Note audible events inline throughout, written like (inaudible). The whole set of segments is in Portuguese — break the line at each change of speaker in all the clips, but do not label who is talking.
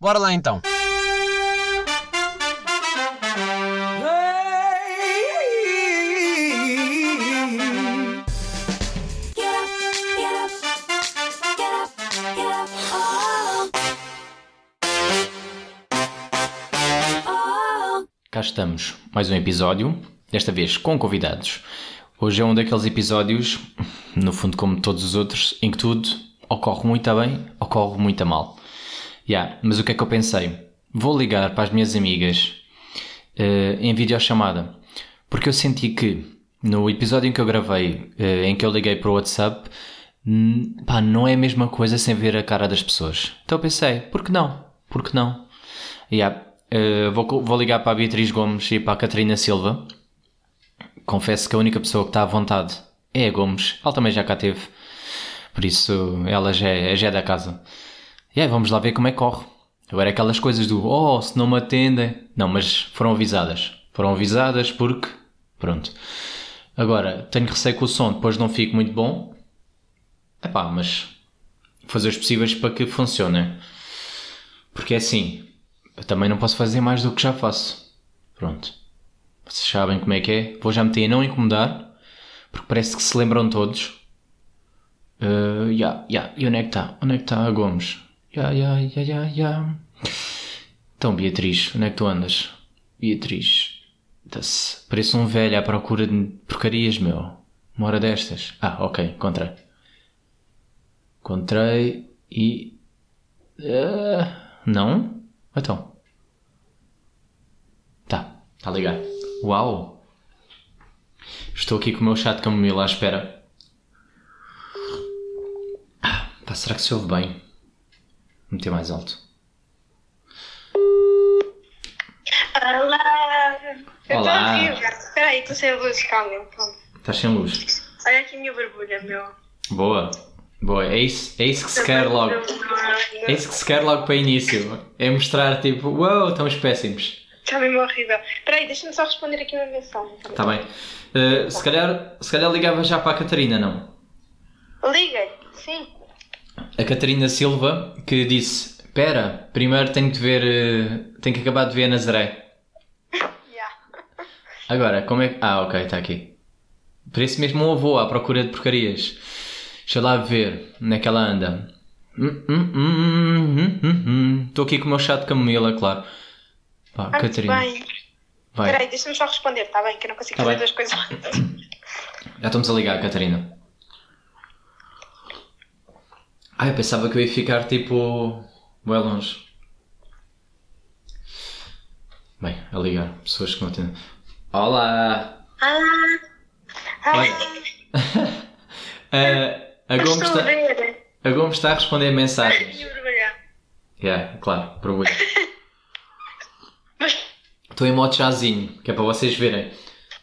Bora lá então!
Get up, get up, get up, get up, oh. Oh.
Cá estamos, mais um episódio, desta vez com convidados. Hoje é um daqueles episódios, no fundo como todos os outros, em que tudo ocorre muito a bem, ocorre muito a mal. Yeah, mas o que é que eu pensei? Vou ligar para as minhas amigas eh, em videochamada, porque eu senti que no episódio em que eu gravei, eh, em que eu liguei para o WhatsApp, n- pá, não é a mesma coisa sem ver a cara das pessoas. Então eu pensei, por que não? Por que não? Yeah. eh, vou, co- vou ligar para a Beatriz Gomes e para a Catarina Silva. Confesso que a única pessoa que está à vontade é a Gomes. Ela também já cá teve. Por isso, ela já é, já é da casa. E aí, vamos lá ver como é que corre. Agora, aquelas coisas do oh, se não me atendem. Não, mas foram avisadas. Foram avisadas porque. Pronto. Agora, tenho receio que o som depois não fique muito bom. Epá, mas. Fazer os possíveis para que funcione. Porque é assim, eu também não posso fazer mais do que já faço. Pronto. Vocês sabem como é que é. Vou já meter a não incomodar, porque parece que se lembram todos. Uh, yeah, yeah. E onde é que está? Onde é que está a Gomes? Ya, ya, ya, ya, ya. Então, Beatriz, onde é que tu andas? Beatriz, tá-se. parece um velho à procura de porcarias, meu. Uma hora destas. Ah, ok, encontrei. Encontrei e ah, não? Então. Tá, tá ligado. Uau! Estou aqui com o meu chá de camomila à espera. Ah, pá, será que se ouve bem? Vou meter mais alto.
Olá! Eu tô
Olá.
viva! Peraí, tô sem luz, calma, calma.
Estás sem luz.
Olha aqui minha borbulha, meu.
Boa. Boa, é isso, é isso que se quer logo. É isso que se quer logo para início. É mostrar tipo, uau, estamos péssimos.
Tá mesmo horrível. Peraí, deixa-me só responder aqui uma mensagem.
Tá bem. Eh, se, calhar, se calhar ligava já para a Catarina, não?
Liga, sim.
A Catarina Silva que disse: Pera, primeiro tenho que ver. eh, Tenho que acabar de ver a Nazaré.
(laughs) Yeah.
Agora, como é que. Ah, ok, está aqui. Parece mesmo um avô à procura de porcarias. Deixa lá ver onde é que ela anda. Hum, hum, hum, hum, hum, hum. Estou aqui com o meu chá de camomila, claro. Pá,
Ah,
Catarina,
bem.
vai.
Peraí, deixa-me só responder, tá bem? Que eu não consigo
Tá
fazer
bem.
duas coisas. ao mesmo tempo.
(coughs) Já estamos a ligar, Catarina. Ai, Ah, eu pensava que eu ia ficar tipo. bem longe. Bem, a ligar, pessoas que não atendem. Olá!
Ah,
Olha. (laughs) Ah, a,
eu
Gomes
estou a
está,
ver.
a Gomes está a responder mensagens.
Minha borbulha.
Yeah, claro, problema.
Mas
Estou em modo chazinho, que é para vocês verem.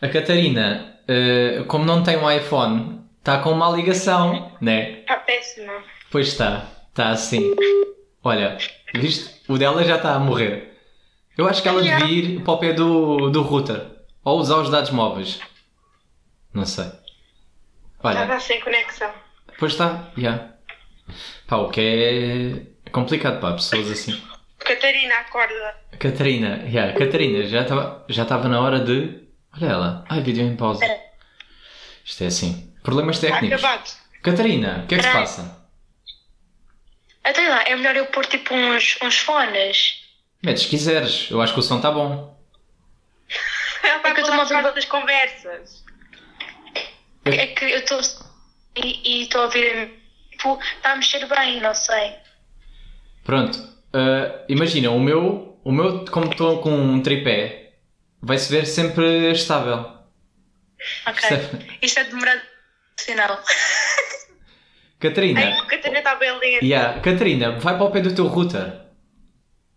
A Catarina, ah, como não tem um iPhone, está com má ligação, né?
tá péssima.
Pois está, está assim. Olha, viste? O dela já está a morrer. Eu acho que ela devia ir para o pé do, do router ou usar os dados móveis. Não sei. Olha,
Tava Tá sem conexão.
pois está, já. Pá, o que é complicado, pá, pessoas assim.
Catarina, acorda.
Catarina, yeah, Catarina, já estava já estava na hora de. Olha ela, ai, vídeo em pausa. Isto é assim. Problemas
Tá
técnicos.
acabado.
Catarina, o que é que se
Peraí.
passa?
Até lá, é melhor eu pôr tipo uns, uns fones.
Metes se quiseres, eu acho que o som está bom.
Ela vai
É que eu tô
falar
mal
por causa das conversas.
Eu-
É que eu estou. E estou a ouvir. Tipo, está a mexer bem, não sei.
Pronto, ah, imagina, o meu, o meu, como estou com um tripé, vai-se ver sempre estável.
Ok.
Percebe?
Isto é demorado sinal.
Catarina,
Ai, Catarina tá bem lenta.
yeah, Catarina, vai para o pé do teu router.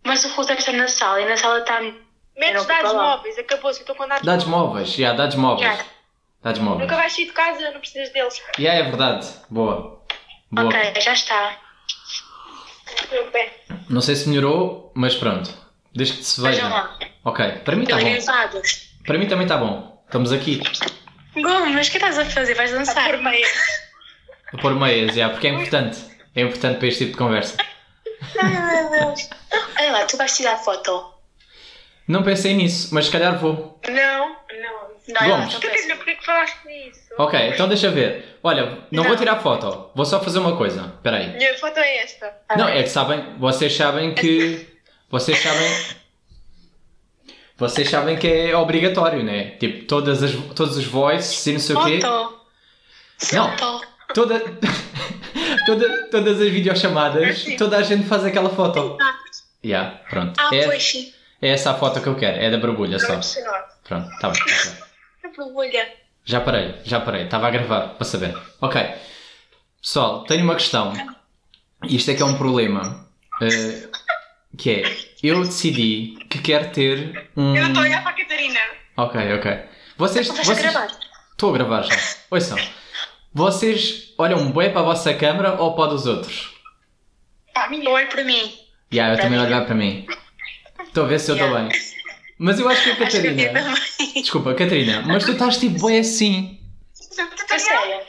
Mas o router está na sala e na sala tá- está. Eu
Menos
não vou
dados
pra lá.
móveis, acabou-se. então Eu tô com dados
Dados móveis, yeah, dados móveis.
Yeah.
Dados móveis.
Nunca vais sair de casa, não precisas deles.
Yeah, é verdade. Boa. Boa.
Ok, já está.
Meu pé.
Não sei se melhorou, mas pronto. Desde que se
Vejam
veja.
lá.
Ok, para mim está Tá
Então,
bom.
Organizados.
Para mim também está bom. Estamos aqui
Gomes, mas o que estás a fazer? Vais
Tá
dançar?
por meia.
a pôr meias, yeah, porque é importante. É importante para este tipo de conversa.
Ah, lá, tu vais tirar foto.
Não pensei nisso, mas se calhar vou.
Não, não. Não,
Vamos.
não,
Tu Catarina, porquê que falaste nisso?
Ok, então deixa ver. Olha, não, vou
Não.
tirar foto, vou só fazer uma coisa. Espera aí.
Minha foto é esta.
Tá
Não, é que sabem, vocês sabem
(laughs)
que. Vocês sabem. Vocês sabem que é obrigatório, né? Tipo, todas as, todos os voices e não sei o quê.
Foto.
Não.
Foto.
Toda, (laughs) toda, todas as videochamadas, toda a gente faz aquela foto. Yeah, pronto.
Ah,
é,
pois sim.
é essa a foto que eu quero, é da borbulha só. Pronto, tá bem. tá bem.
A borbulha.
Já parei, já parei. Estava a gravar, para saber. Ok. Pessoal, tenho uma questão. Isto é que é um problema. eh, que é, eu decidi que quero ter um...
Eu não estou a olhar para a Catarina.
Ok, ok. Vocês...
Estás a
vocês-
gravar?
Estou a gravar já. Ouçam. Vocês olham bem para a vossa câmara ou para a dos outros?
Pá, não é para mim.
Ya, eu
Para
também
mim.
olhar para mim. Estou a ver se eu estou
Ya.
bem. Mas eu acho que a
Acho que é assim. eu
Catarina...
vi também.
Desculpa, Catarina, mas tu estás tipo bem assim.
A sério.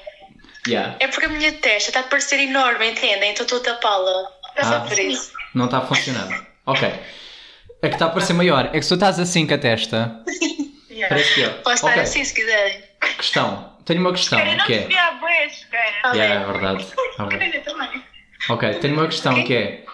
Ya.
É porque a minha testa está a parecer enorme, entendem? Então estou a tapá-la.
Está só
Ah.
por isso.
Não está a funcionar. Ok. A que está a parecer maior. É que se tu estás assim com a testa, parece pior.
Posso
ok.
estar assim se quiserem.
Questão. Tenho uma questão.
Cara, eu não
que é.
te vi há boas, cara.
Ah,
Yeah,
bem.
é verdade. É verdade.
Catarina também.
Ok, tenho uma questão
Ok.
que é.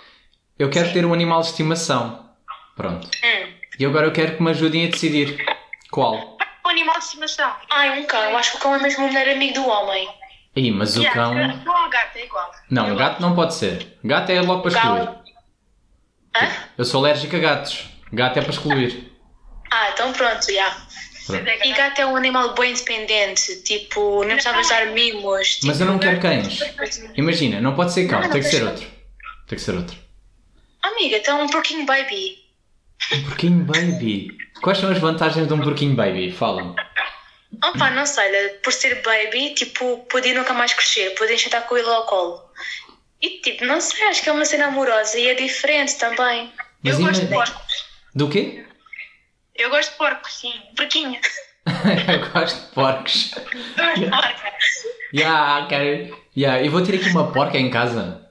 Eu quero ter um animal de estimação. Pronto.
Hum.
E agora eu quero que me ajudem a decidir. Qual?
Um animal de estimação.
Ai, um cão. Eu acho que o cão é mesmo o melhor amigo do homem.
Ih, mas o
Yeah,
cão.
Cão ou gato é igual.
Não, gato não pode ser. Gato é logo para excluir. Tipo,
Cão. Hã?
Eu sou alérgico a gatos. Gato é para excluir.
Ah, então pronto, já.
Pronto.
E gato é um animal bem independente. Tipo, não precisavas dar mimos. Tipo,
Mas eu não quero cães. Imagina, não pode ser cão, tem que ser outro. Tem que ser outro.
Amiga, então um porquinho baby.
Um porquinho baby. Quais são as vantagens de um porquinho baby? Fala-me.
Opa, não sei, olha, por ser baby, tipo, podia nunca mais crescer, podia sentar com ele ao colo. E tipo, não sei, acho que é uma cena amorosa e é diferente também. Um
Mas
eu gosto de
ima-
porcos.
Do quê? (laughs)
Eu gosto de porcos, sim. Porquinho.
Eu gosto de porcos.
Eu gosto de porcos.
Yeah, quero. Yeah, eu vou ter aqui uma porca em casa.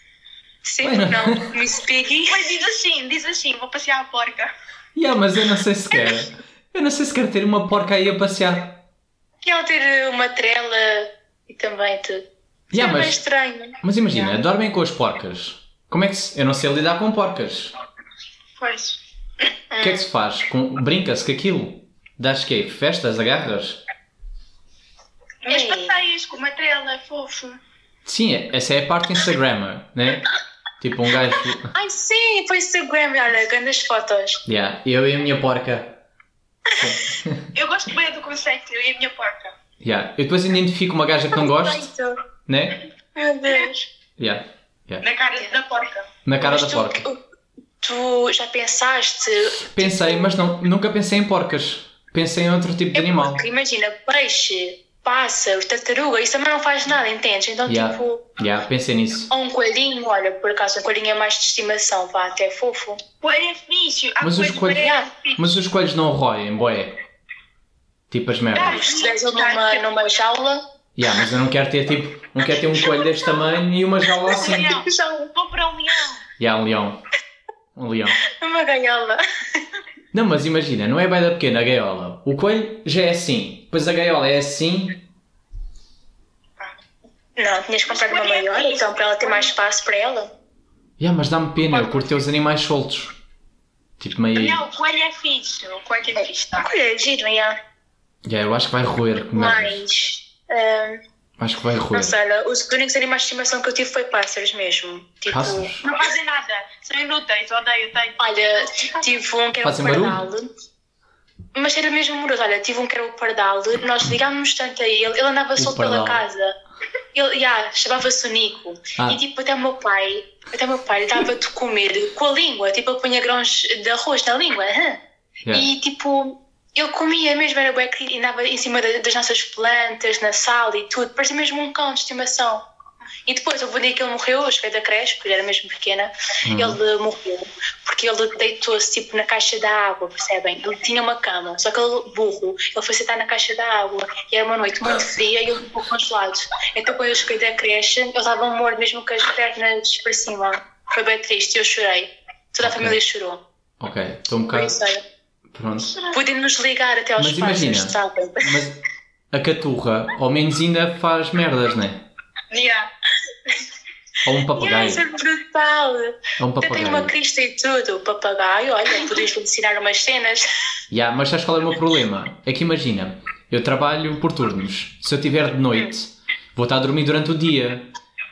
(laughs) Sim,
Ué.
não. Miss Piggy.
Mas diz assim, diz assim, vou passear a porca.
Yeah, mas eu não sei se quero. Eu não sei se quero ter uma porca aí a passear.
E ela ter eh, uma trela e também tudo.
Yeah,
é bem
mas,
estranho.
mas imagina, dormem com as porcas. Como é que se. Eu não sei lidar com porcas.
Pois.
O que é que se faz? Com... Brinca-se com aquilo? Dás quê? Festas? Agarras?
E as
Ei.
passeias com uma trela, fofo.
Sim, essa é a parte Instagrammer, né? Tipo um gajo.
Ai sim, foi Instagram, olha, grandes fotos.
Yeah, eu e a minha porca.
Eu gosto bem do conceito, eu e a minha porca.
Yeah. Eu depois identifico uma gaja que não gosto,
Perfeito.
né?
então, Meu Deus.
Yeah. Yeah.
Na cara da porca.
Na cara
Mas
da
tu-
porca.
Tu já pensaste?
Pensei, mas não, nunca pensei em porcas. Pensei em outro tipo de animal.
Porque imagina, peixe, pássaro, tartaruga, isso também não faz nada, entendes? Então,
Yeah.
tipo,
Yeah, pensei nisso.
ou um coelhinho, olha, por acaso, um coelhinho é mais de estimação, vá, até é fofo.
Coelho é fixe. Há
Mas os
coelhos bem
coelhos-
fixes.
Mas os coelhos não roem, boé. Tipo as merdas.
Se tiveres ele numa, numa jaula,
Yeah, mas eu não quero ter tipo. Não quero ter um coelho deste tamanho e uma jaula assim.
Leão.
(laughs)
Vou para um leão.
Yeah, um leão. Um leão.
numa é gaiola.
Não, mas imagina, não é bem da pequena a gaiola. O coelho já é assim. Depois a gaiola é assim.
Não, tinhas que comprar uma maior, então, para ela ter mais espaço para ela.
Yeah, mas dá-me pena, eu curti os animais soltos. Tipo meio.
Não, o coelho é fixe. O coelho é fixe. tá?
Olha, giro, yeah.
Yeah, eu acho que vai roer. merdas.
Mas, ah,
Acho que vai roer.
não sei, olha, os únicos animais de estimação que eu tive foi pássaros mesmo. Tipo,
Pássaros?
Não fazem nada. São inúteis. Odeio, tá? odeio.
Olha, tive um que era o
Fazem barulho?
pardal. Mas era mesmo amoroso. Olha, tive um que era o pardal. Nós ligámos tanto a ele, ele andava solto pela
pardal.
casa. Ele, yeah, chamava-se o Nico.
Ah.
E tipo, até o meu pai, até o meu pai lhe dava de comer com a língua. Tipo, ele punha grãos de arroz na língua. hã?
Yeah.
E tipo, ele comia mesmo, era bué querido, e andava em cima da- das nossas plantas, na sala e tudo. Parecia mesmo um cão de estimação. E depois, houve um dia que ele morreu, eu cheguei da creche, porque ele era mesmo pequena,
Uhum.
ele morreu, porque ele deitou-se tipo na caixa da água, percebem? Ele tinha uma cama, só que ele, burro, ele foi sentar na caixa da água, e era uma noite muito fria e ele ficou congelado. Então, quando eu cheguei da creche, ele estava morto mesmo com as pernas para cima. Foi bem triste, eu chorei. Toda a
Ok.
família chorou.
Ok, estou um
Por
bocado.
isso, olha,
Pronto.
podem nos ligar até aos
Mas
pais,
imagina. Oh,
nos sabem.
Mas a caturra, ao menos ainda faz merdas, né?
(laughs) Yeah.
Ou um
Yeah,
papagaio.
isso é brutal.
Ou um
Até tem
papagaio.
uma crista e tudo. O papagaio, olha, (laughs) podias-me ensinar umas (laughs) cenas.
Yeah, mas sabes qual é o meu problema? É que imagina, eu trabalho por turnos. Se eu tiver de noite, vou estar a dormir durante o dia.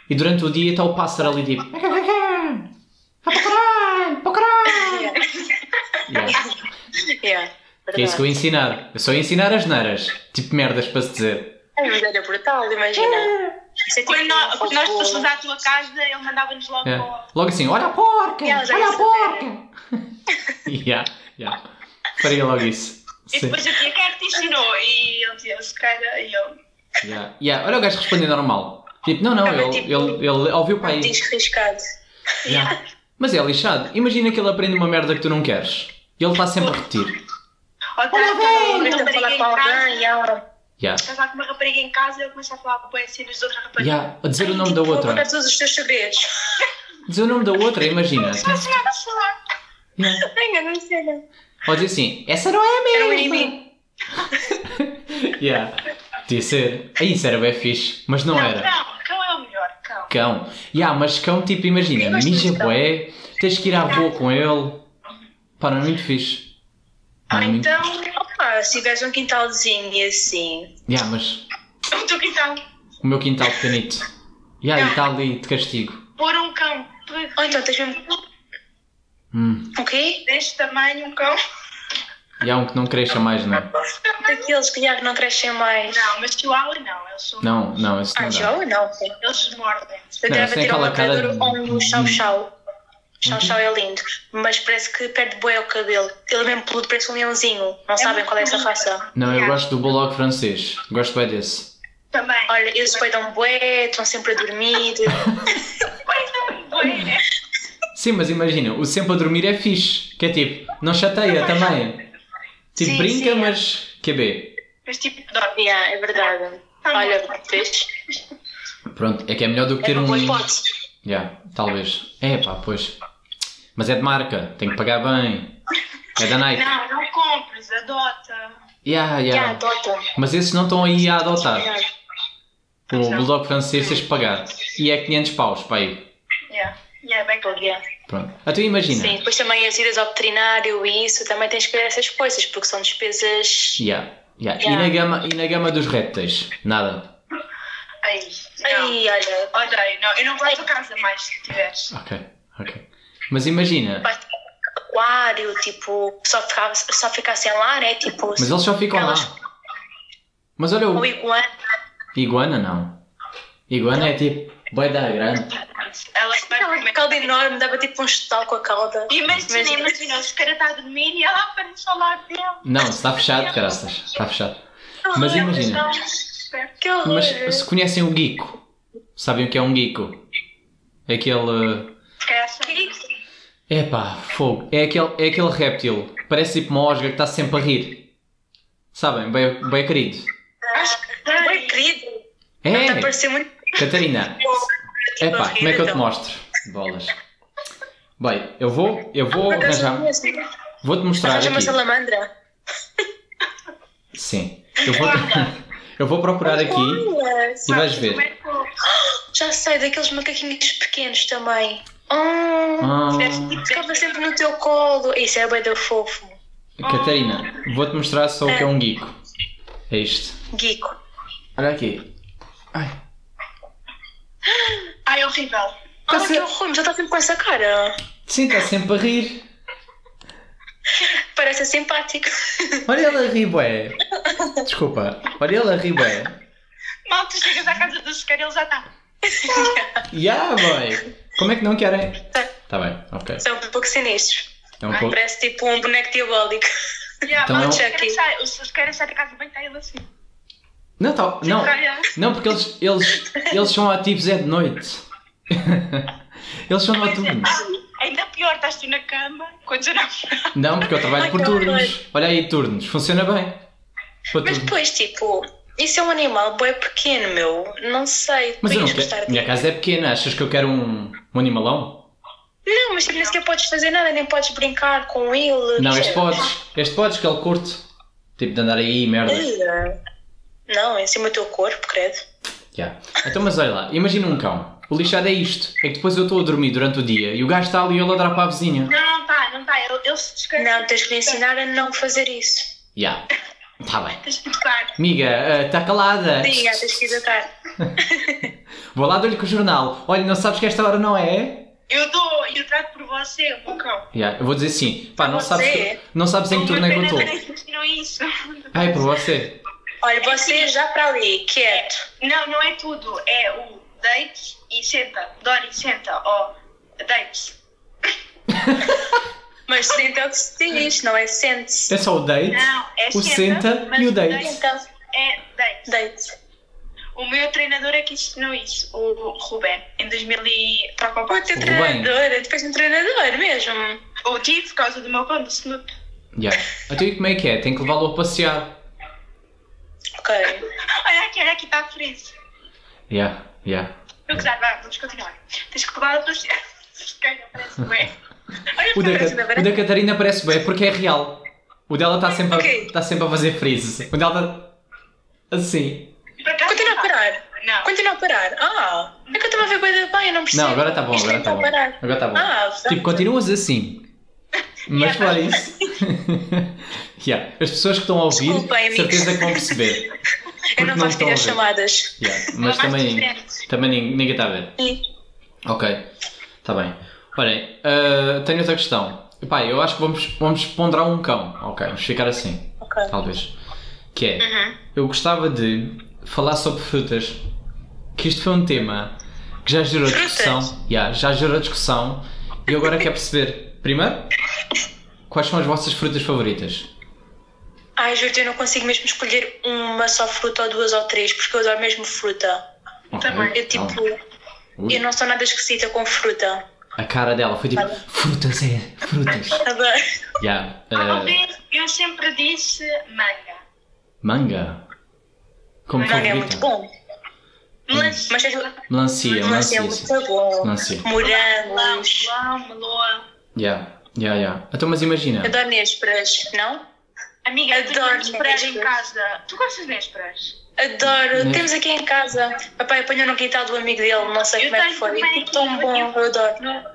E durante o dia está o pássaro ali tipo. Vai para o caralho, para o caralho.
Yeah.
Yeah,
Yeah.
que é isso que eu ia ensinar. Eu só ia ensinar as neiras. Tipo merdas para se dizer.
Ai, mas era É brutal, imagina. Isso é tipo
Quando nós, quando nós
favor.
fôssemos à tua casa, ele mandava-nos logo
É.
para
Logo assim, olha a porca!
Yeah, já
olha a
ia
porca! yeah, yeah. Faria logo isso.
E
Sim.
depois eu dizia, quem é que te ensinou? E ele dizia, se calhar, e eu...
Yeah. Yeah. Olha o gajo responder normal. Tipo, não, não,
Também,
ele,
tipo,
ele, ele ouviu para aí.
Diz riscado.
Yeah. Mas é lixado. Imagina que ele aprende uma merda que tu não queres. E ele está sempre a repetir.
Ou estás lá tá, com
Mas
uma
a falar
rapariga em
com alguém, ah.
casa,
yeah.
Yeah.
estás lá com uma rapariga em casa e ele começa a falar com as cenas de outra rapariga.
Yeah. A dizer o nome da
Vou contar
outra.
todos os teus segredos.
Dizer o nome da outra, imagina.
Mas nada a falar.
Yeah.
Venga, não sei não.
Ou dizer assim, essa não é a mesma.
Era um o inimigo.
(laughs) Yeah. Podia ser. Aí isso era bem fixe. Mas não era.
Não, cão é o melhor, cão.
Cão. Yeah, mas cão, tipo, imagina,
Eu gosto
mija
de cão.
bué, tens que ir à rua com ele. Pá, não é muito fixe. Não
Ou
é muito...
então, opa, se tiveres um quintalzinho e assim.
Yeah, mas
O teu quintal.
o meu quintal pequenito. Yeah, e está ali de castigo.
Pôr um cão
Ou então tens mesmo.
Hum.
O quê?
deste tamanho, um cão.
E há um que não cresça mais, não é?
Daqueles que já não crescem mais.
Não, mas chihuahua não, eles são...
Não, não, isso
Ah,
não dá.
Joe, não.
Eles mordem.
Eu
Não,
deve
isso tem
ter um
aquela cara
labrador
de- Hum.
ou um chau-chau. Chau-chau é lindo, mas parece que perde bué o cabelo. Ele mesmo peludo parece um leãozinho. Não sabem
muito
qual é essa
bonito.
raça.
Não, eu
Yeah.
gosto do bulldog francês. Gosto bem desse.
Também.
Olha, eles boi dão bué, estão sempre a
(laughs)
dormir.
Boi, né?
Sim, mas imagina, o sempre a dormir é fixe. Que é tipo, não chateia também. Tipo,
Sim,
brinca,
sim. é.
mas que bê.
Mas tipo, dorme.
yeah, é verdade.
Tá
Olha, vês?
Pronto, é que é melhor do que
É
ter
uma
um.
boa hipótese.
Yeah, talvez. É pá, pois. Mas é de marca, tem que pagar bem. É da Nike.
Não, não compres, adota.
Yeah,
Yeah,
yeah. Ah,
adota.
Mas esses não estão aí a adotar.
Yeah.
O bulldog francês tens que pagar. E é 500 paus, pá aí.
Yeah. Yeah, bem claro.
Yeah.
Pronto. Ah, tu imagina.
Sim, depois também as idas ao veterinário e isso, também tens que ver essas coisas, porque são despesas.
Yeah, yeah. E,
Yeah.
na gama, e na gama dos répteis? Nada.
Ai, não.
Ai, olha,
Odeio, não. Eu não vou à tua casa mais se tiveres.
Ok, ok. Mas imagina,
vai ter aquário, tipo, só ficar, só ficar sem lar, né? Tipo,
mas eles só ficam lá.
Elas-
Mas olha
ou
o.
iguana.
Iguana não. Iguana é tipo. Boi da grande.
Ela vai
Aquela
comer.
cauda enorme, dava tipo um estalo com a cauda.
é Imagina,
Imagina.
imagina, o cara está a dormir e ela aparece ao lado dele.
Não, está fechado, caraças. Está fechado. Mas
Ai,
Então,
imagina.
Que horror!
Mas se conhecem o Geeko, sabem o que é um Geeko? É aquele. eh,
Esquece.
Epá, fogo. É aquele, é aquele réptil. Parece tipo uma osga que está sempre a rir. Sabem? Bem, bem querido.
Acho que
Oi,
tem.
querido! Está a
É!
parecer muito.
Catarina, Epá, como é que eu te mostro? Bolas. Bem, eu vou, eu vou arranjar. um- Vou-te mostrar
Arranja é assim. uma
aqui.
salamandra.
Sim. Eu vou, (laughs) eu vou procurar aqui
Olha,
e vais
Como
ver.
é que eu-
Já sei, daqueles macaquinhos pequenos também. Oh,
Ah,
tipo,
ficava sempre no teu colo. Isso é bem do fofo.
Catarina, vou-te mostrar só o que é um guico. É isto.
Guico.
Olha aqui. Ai.
Ai, horrível.
Ah,
Tá
que
certo.
horror, mas ele está sempre com essa cara.
Sim, está sempre a rir.
Parece simpático. (laughs)
Olha ele a rir, bué. Desculpa. Olha ele a rir, bué.
Mal tu chegas à casa do Oscar, ele já tá. está.
Yeah, boy. Como é que não querem? Tá bem, ok.
São um pouco sinistros.
É um pouco.
Parece tipo um boneco diabólico.
Yeah,
Então
mal
é um-
o Oscar sai- o Oscar sai da casa bem, está ele assim.
Não, tá, não.
Olha.
Não, porque eles, eles, eles são ativos é de noite. (laughs) Eles são noturnos.
Ainda pior, estás tu na cama, quando já não.
Não, porque eu trabalho por
Ai, que horror.
turnos. Olha aí, turnos. Funciona bem. Para
Mas
turnos.
depois, tipo, isso é um animal bem pequeno, meu. Não sei.
Mas eu não
podias gostar
quero. Minha
de-
casa é pequena. Achas que eu quero um, um animalão?
Não, mas tipo, nem sequer podes fazer nada, nem podes brincar com ele.
Não,
percebes?
este podes. Este podes que ele curte. Tipo, de andar aí, merda.
Não, em cima do teu corpo, credo.
Yeah. Então, mas olha lá, imagina um cão. O lixado é isto. É que depois eu estou a dormir durante o dia e o gajo está ali a ladrar para a vizinha.
Não, não tá, não tá. Ele, ele se descansa.
Não, tens que lhe ensinar a não fazer isso.
Yeah. Está Tá bem.
Tens que educar.
Amiga, está calada.
Sim, ah, tens que hidratar.
Vou lá dar-lhe com o jornal. Olha, não sabes que esta hora não é?
Eu dou, eu trato por você, o cão.
Yeah, eu vou dizer sim. Pá, não
Você?
sabes, que- não sabes em que torneio que eu estou.
Não é isso.
Ah, é por você.
Olha, você é já para ali, quieto.
Não, não é tudo. É o deite e senta. Dori, senta. Ó, deite.
Mas senta é o que se diz, não é sente-se.
É só o date,
Não, é
o senta
mas
e o
o
date.
date-
Então,
É deite.
deite.
O meu treinador é que ensinou isso, o Ruben, em 2000 e... Troca o
O teu
Ruben.
treinador, depois um treinador mesmo.
Eu tive por causa do meu cão, do Snoop.
Yeah. Então e como é que é? Tem que levá-lo a passear.
Ok.
Olha aqui, olha aqui, está à frente.
Yeah, yeah.
Não quiser, vá, vamos continuar. Tens que levar (laughs) outros... Quem parece bem. Olha
O da,
para
Ca- o da Catarina parece bem porque é real. O dela está sempre, a-
Ok.
tá sempre a fazer freeze. O dela está. Assim.
Continua a parar.
Não.
Continua a parar. Ah, é que eu estava a ver bem, bem, eu não percebo.
Não, agora está bom,
Isto
agora está
tem que
bom.
parar.
Agora está bom.
Ah,
tipo, continuas
(laughs)
assim. Mas
tá
fora isso. (laughs) yeah. As pessoas que estão a ouvir,
Desculpem, amigos.
certeza que vão perceber.
Eu não
não
gosto de ter as
estão a
chamadas.
Yeah. Mas também, também nin- ninguém está a ver.
Sim.
Ok, está bem. Olhem, ah, tenho outra questão. Pai, eu acho que vamos, vamos ponderar um cão. Ok, vamos ficar assim.
Ok.
talvez. Que é,
Uhum.
eu gostava de falar sobre frutas, que isto foi um tema que já gerou
Frutas?
discussão. Yeah, já gerou discussão e eu agora quero perceber, primeiro, quais são as vossas frutas favoritas?
Ai, juro, eu não consigo mesmo escolher uma só fruta ou duas ou três, porque eu adoro mesmo fruta.
Tá
Ok,
Eu tipo,
calma. Então. Ui,
eu não sou nada esquisita com fruta.
A cara dela foi tipo, frutas é, frutas.
Adoro.
Yeah, ah,
Talvez eu sempre disse manga.
manga. Como
Manga é
favorita?
muito bom.
Mas
Mas tens
Melancia,
melancia é
melancia.
muito
sim.
bom.
Melancia.
melão,
Morangos.
melão, meloa.
Yeah, yeah, yeah. Então, mas imagina.
Adoro nésperas, não?
Amiga, eu tenho
Adoro
nésperas em
nésperas.
casa. Tu gostas de nésperas?
Adoro.
Né?
Temos aqui em casa. Papai apanhou no quintal do amigo dele, não sei
Eu
como é que
tenho
foi.
também
E, tipo, tão
aqui,
bom,
eu-
eu adoro.
Não.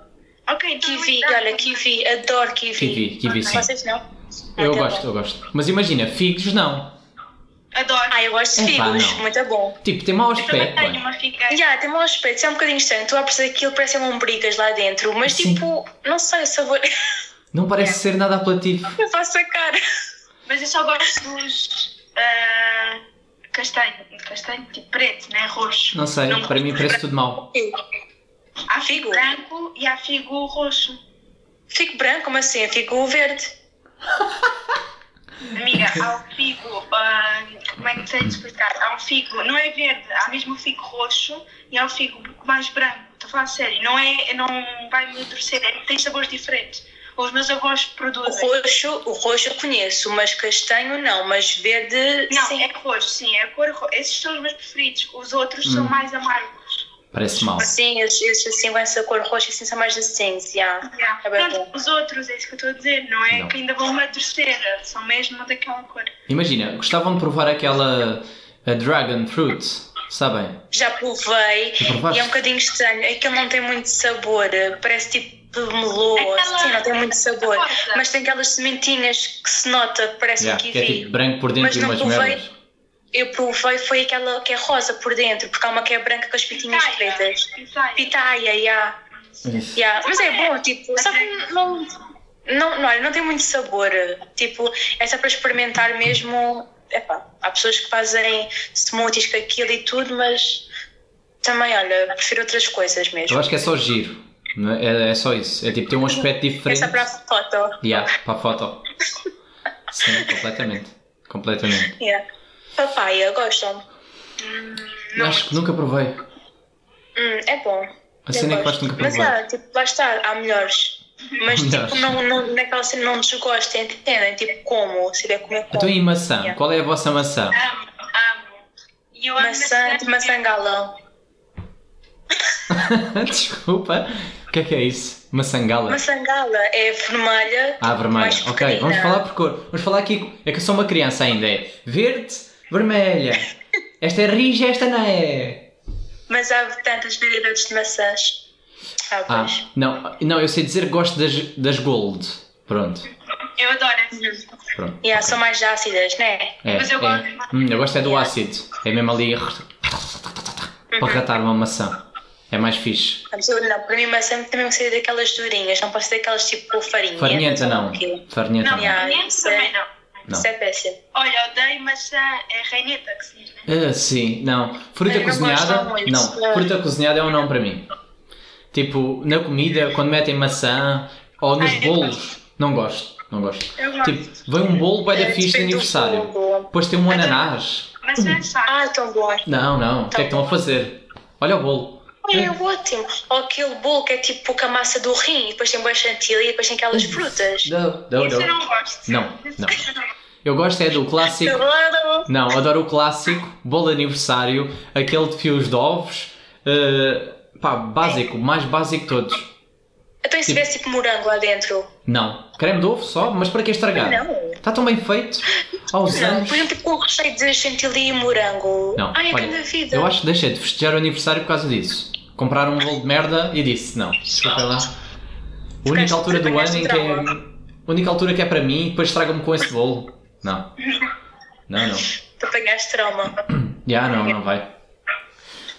Ok, então
Kiwi,
então-
olha, kiwi, adoro kiwi.
Kiwi, kiwi, sim.
Vocês não?
Eu
Muito
gosto,
bom.
eu gosto. Mas imagina, figos não.
Adoro.
Ah, eu gosto de
Epá,
figos,
não.
muito bom.
Tipo, tem mau
eu também
aspecto.
tenho
bem.
uma figa.
Já, tem um aspecto, isso é um bocadinho estranho. Tu abres aquilo, parecem um lombrigas lá dentro, mas
Sim.
tipo, não sei o sabor. (laughs)
Não parece
É.
ser nada apelativo.
Eu faço a cara.
Mas eu só gosto dos ah, castanho. Castanho, tipo preto, né? Roxo.
Não sei, para mim parece tudo mau.
Há figo branco e há figo roxo.
Fico branco, como assim? Fico verde.
Amiga,
(laughs)
há um figo, ah, como é que sei te explicar? Há um figo, não é verde, há mesmo um figo roxo e há um figo mais branco. Estou a falar sério, não, é, não vai me endurecer, é, tem sabores diferentes. Os meus avós
O
produzem.
roxo, o roxo eu conheço, mas castanho não, mas verde
Não,
sim.
é roxo, sim, é a cor roxo. Esses são os meus preferidos, os outros são
Hum.
mais amargos.
Parece mau.
Sim, esses, esses assim com essa cor roxa assim são mais decentes, já.
Yeah.
É bem
Pronto,
bom.
os outros, é isso que eu estou a dizer, não é
Não.
que ainda vão me adurecer, são mesmo daquela cor.
Imagina, gostavam de provar aquela a Dragon Fruit, sabem?
Já provei
Já provaste?
e é um bocadinho estranho. É que ele não tem muito sabor, parece tipo meloa,
Aquela-
assim, não tem muito sabor.
rosa.
Mas tem aquelas sementinhas que se nota que parece
Yeah,
um
que
kiwi.
é tipo branco por
Mas
dentro e
não
umas
provei.
merdas.
Eu provei foi aquela que é rosa por dentro, porque há uma que é branca com as pintinhas
Pitaia,
pretas.
pitaia.
Pitaia, yeah,
Isso.
yeah. mas é bom, tipo, só que não, não, não, olha, não tem muito sabor. Tipo, é só para experimentar mesmo. Epá, há pessoas que fazem smoothies com aquilo e tudo, mas também, olha, prefiro outras coisas
Eu
mesmo.
acho que é só giro. não É, É- é só isso. É tipo, tem um aspecto
É
diferente.
só para a foto.
Yeah, para a foto. Sim, completamente. Completamente.
Yeah. Papaya, gostam?
Eu acho que nunca provei.
Hum, é bom.
A cena é que gosto nunca
Mas
provar.
ah, tipo, lá está, há melhores. Mas
Melhores.
tipo, não, não, naquela cena não desgostem, entendem? Tipo, como? Se der comer como.
Então e maçã?
Yeah.
Qual é a vossa maçã? (laughs)
Amo, amo. E eu amo
Maçã, tipo, de maçã galão.
Desculpa. O que é que é isso? Maçangala.
Uma sangala é vermelha.
Ah, vermelha.
mais
Ok,
pequenina.
vamos falar por cor. Vamos falar aqui. É que eu sou uma criança ainda. É verde,
(laughs)
vermelha. Esta é rija, esta não é.
Mas há tantas variedades de maçãs. Ah,
Ah,
pois.
não, não, eu sei dizer que gosto das, das gold. Pronto,
Eu adoro essas.
Uhum.
pronto.
Yeah, são mais ácidas, né?
É,
Mas eu
é.
gosto.
Hum, eu gosto é do ácido. É mesmo ali
Uhum.
para ratar uma maçã. É mais fixe.
Mas eu não, para mim maçã também me seria daquelas durinhas, não posso ser daquelas tipo farinha.
Farinhenta
sei lá
não.
o quê.
Farinhenta
Não,
não.
Yeah,
rainheta
isso é-
também não.
Não.
Isso é péssimo.
Olha, odeio maçã, é raineta que se diz, né?
Ah, sim, não. Fruta
Eu não
cozinhada.
gosto muito,
Não,
é.
fruta cozinhada é um não para mim. Tipo, na comida, quando metem maçã ou nos
Ah, eu
bolos. Não gosto, não gosto.
Eu gosto.
Tipo, vem um bolo vai da
É,
fixe de
depende do
aniversário.
bolo.
Depois tem um ananás.
Maçã é sabe.
Ah, tão bom.
Não, não. O que é que
Tá
estão a fazer? Olha o bolo.
É ótimo. Ou aquele bolo que é tipo com a massa do rim, e depois tem boa chantilly e depois tem aquelas frutas.
Não, não,
Isso eu não
não.
gosto.
Não, não.
Isso eu não gosto.
Eu gosto é do clássico.
Claro!
Não, adoro o clássico, bolo de aniversário, aquele de fios de ovos. eh, pá, básico, mais básico de todos.
Então e se tivesse tipo morango lá dentro?
Não. Creme de ovo só? Mas para que estragar?
Não.
Está tão bem feito. Aos
Não,
anos.
por exemplo, com o recheio de chantilly e morango.
Não.
Ai, é
olha,
grande vida.
Eu acho que deixei de festejar o aniversário por causa disso. Compraram um bolo de merda e disse não. Desculpa lá. A única
Ficaste-
altura do ano
apanhaste
em que é.
trauma.
A única altura que é para mim e depois estragam-me com esse bolo. Não. Não, não.
Tu apanhaste trauma.
Já não, não vai.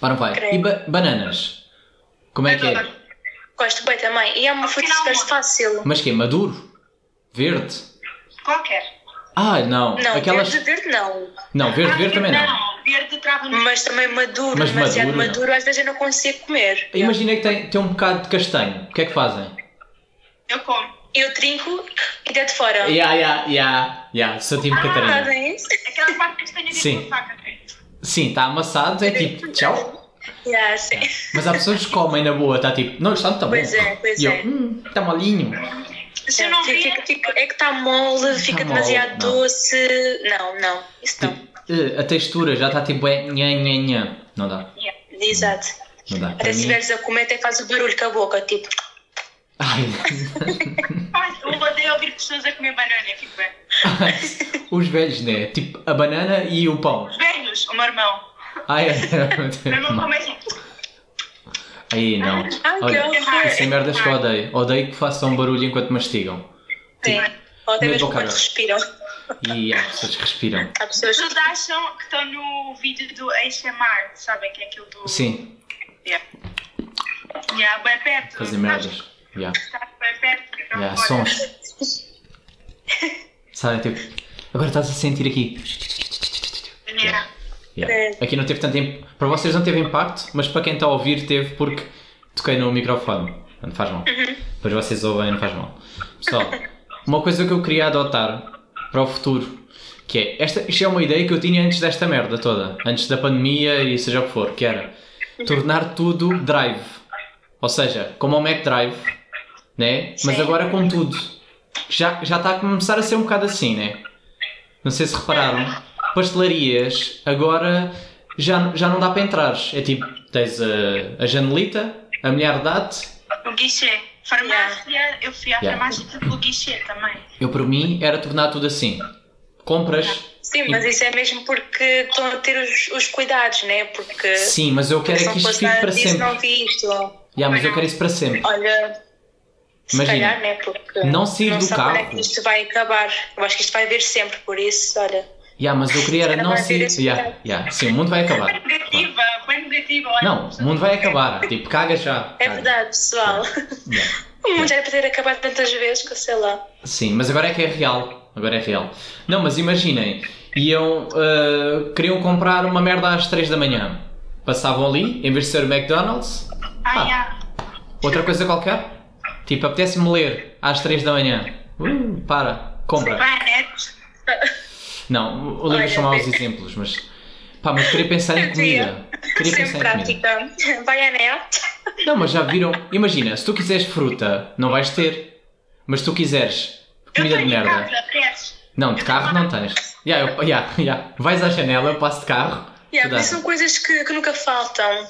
Pá, não vai. E ba- bananas? Como é que é?
Adoro.
Gosto bem também. E é uma fruta
Afinal,
super
amor.
fácil.
Mas que é? Maduro? Verde?
Qualquer.
Ah, não.
Não,
Aquelas.
verde, verde não.
Não, verde,
Ah,
verde também não.
Não, verde trava no...
Mas também maduro.
Mas
demasiado
maduro, não.
maduro, às vezes eu não consigo comer.
Imagina que tem, tem um bocado de castanho. O que é que fazem?
Eu como.
Eu trinco e dei de fora.
Ya, ya, ya, ya. Sou tipo é, Catarina.
Ah, Fazem isso?
Aquela parte que castanha dentro
Sim.
da faca.
Sim, está amassado, é tipo, tchau.
Yeah, sim.
Mas há pessoas que comem na boa, está tipo, não, está muito bom.
Pois é, pois
e eu,
é.
Hum, está molinho.
Se eu não
Fica-
vi,
fica- fica- é que está mole, fica
mole,
demasiado
não.
doce. Não, não, isso não.
Tipo, eh, a textura já está tipo, é nhã, nhã, nhã. Tipo, Não dá,
Exato.
não dá.
Até
Para
se
mim...
estiveres a comer, até faz o barulho com a boca, tipo.
Ai,
Ai, eu odeio ouvir pessoas a comer banana, eu fico bem.
(laughs) os velhos, né? Tipo, a banana e o pão.
Velhos, o meu irmão.
Ai, (laughs) é.
O meu irmão come assim.
Aí, não.
Ai, que
Olha,
horror.
isso é merdas que eu odeio. Odeio que façam barulho enquanto mastigam.
Sim. Ou até
meio
mesmo
bocado.
quando respiram.
E há pessoas que respiram.
Há pessoas
Todos acham que estão no vídeo do ASMR, sabem que é aquilo do...
Sim,
Yeah. Yeah, bem perto.
fazer merdas. Yeah.
Estás bem perto do microfone.
Yeah, sons. Sabe, tipo, agora estás a sentir aqui.
Yeah.
Yeah. Aqui não teve tanto imp... Para vocês não teve impacto, mas para quem está a ouvir teve porque toquei no microfone. Não faz mal. Depois vocês ouvem, não faz mal. Pessoal, uma coisa que eu queria adotar para o futuro, que é, esta, isto é uma ideia que eu tinha antes desta merda toda, antes da pandemia e seja o que for, que era tornar tudo drive. Ou seja, como o Mac Drive, né? Mas
Sim.
agora com tudo. Já, já está a começar a ser um bocado assim, né? Não sei se repararam, pastelarias agora já, já não dá para entrar. É tipo, tens a, a janelita, a mulher dá-te.
O guichê. Farmácia, eu fui à
Yeah.
farmácia tipo o guichê também.
Eu, por mim, era tornar tudo assim. Compras,
Sim, mas isso é mesmo porque estão a ter os, os cuidados, né? Porque
sim, mas eu quero
se
é
não
que isto
fosse
fique
nada
para
disso,
sempre.
não vi isto.
Yeah, mas eu quero isso para sempre.
Olha, se
Imagina,
calhar, né? Porque
não sair do
sabe quando é
carro.
que isto vai acabar. Eu acho que isto vai ver sempre, por isso, olha.
Yeah, mas eu queria era
Era
não
mais
ser.
direito.
Yeah, yeah. Sim, o mundo vai acabar.
Bem negativa, bem negativa. olha.
Não, o mundo vai acabar. Tipo, caga já.
É
caga.
verdade, pessoal.
Yeah.
O mundo já era para ter acabado tantas vezes que eu sei lá.
Sim, mas agora é que é real. Agora é real. Não, mas imaginem, iam. ah, queriam comprar uma merda às 3 da manhã. Passavam ali, em vez de ser o McDonald's,
Ah,
Ah.
yeah.
outra coisa qualquer. Tipo, apetece-me ler às 3 da manhã. Uh, para, compra.
Vai à net.
Não, o livro
Olha,
são maus
bem.
exemplos, mas. Pá, mas queria pensar em
Eu queria.
comida. Queria
Sempre
pensar em comida.
prática. Vai à net.
Não, mas já viram. Imagina, se tu quiseres fruta, não vais ter. Mas se tu quiseres
Eu
comida de
tenho em
merda.
casa, queres?
Não, de carro não tens. Ya, eu- ya, ya. Vais à janela, eu passo de carro.
Yeah,
tu
mas
dás.
são coisas que, que nunca faltam.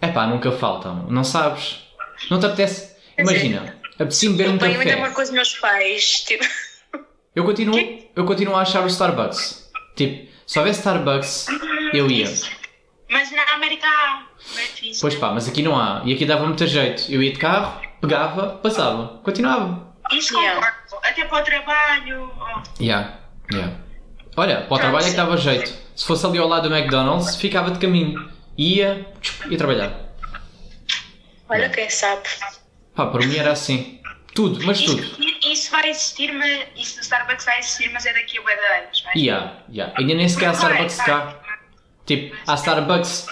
Epá, nunca faltam. Não sabes. Não te apetece. Imagina, apetecia-me beber um
O banho ainda
café.
marcou os meus pais. Tipo, (laughs)
Eu continuo, eu continuo a achar o Starbucks. Tipo, se houvesse Starbucks, eu ia.
Mas na América há. Bem fixe.
Pois pá, mas aqui não há. E aqui dava muito jeito. Eu ia de carro, pegava, passava, continuava.
Isso
Yeah.
concordo. Até para o trabalho. ó.
Yeah, yeah. Olha, para o trabalho é que dava jeito. Se fosse ali ao lado do McDonald's, ficava de caminho. Ia, tchup, ia trabalhar.
olha, quem sabe.
Pá, para mim era assim. Tudo, mas tudo.
Isso, isso vai existir, mas isso do Starbucks vai existir, mas é daqui a bué de anos. vai?
E há, e há. Ainda nem sequer há
é
Starbucks cá. Tipo, há Starbucks.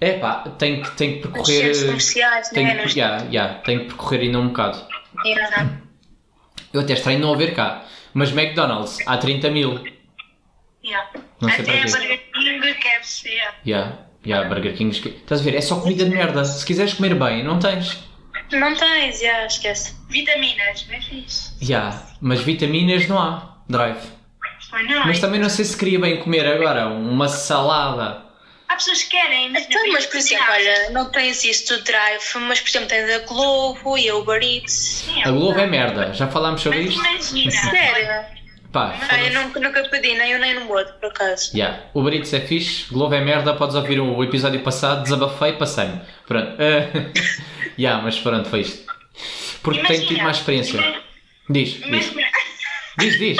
É pá, tem que, tem que
Nos
percorrer.
centros comerciais,
Tem
né?
que,
Nos-
yeah, yeah, tem que percorrer ainda um bocado.
Yeah.
Eu até estranho não haver cá. Mas McDonald's, há 30 mil.
Yeah.
Não sei
Até
é para quê.
Burger King, KFC.
Yeah, yeah, Burger King. esque- Estás a ver? É só comida de merda. Se quiseres comer bem, não tens.
Não tens, já, esquece.
Vitaminas, bem fixe.
Yeah, mas vitaminas não há. Drive.
Pois não.
Mas
é?
também não sei se queria bem comer agora uma salada.
Há pessoas que querem, mas
Então, mas por exemplo, olha, não tens isso do Drive, mas por exemplo tens a Globo e a Uber Eats.
A Globo é merda. Já falámos sobre
Mas é-
isto?
imagina.
Sério?
Pá,
Ah, eu
foda-se.
nunca, nunca pedi, nem eu nem no outro, por acaso.
Yeah. Uber Eats é fixe, Globo é merda, podes ouvir o episódio passado, desabafei, passei-me. Pronto. (laughs) Uh, yeah, mas pronto, foi isto. Porque tenho tido
Imagina.
mais experiência.
Ima-
Diz, diz,
Imagina.
diz, diz.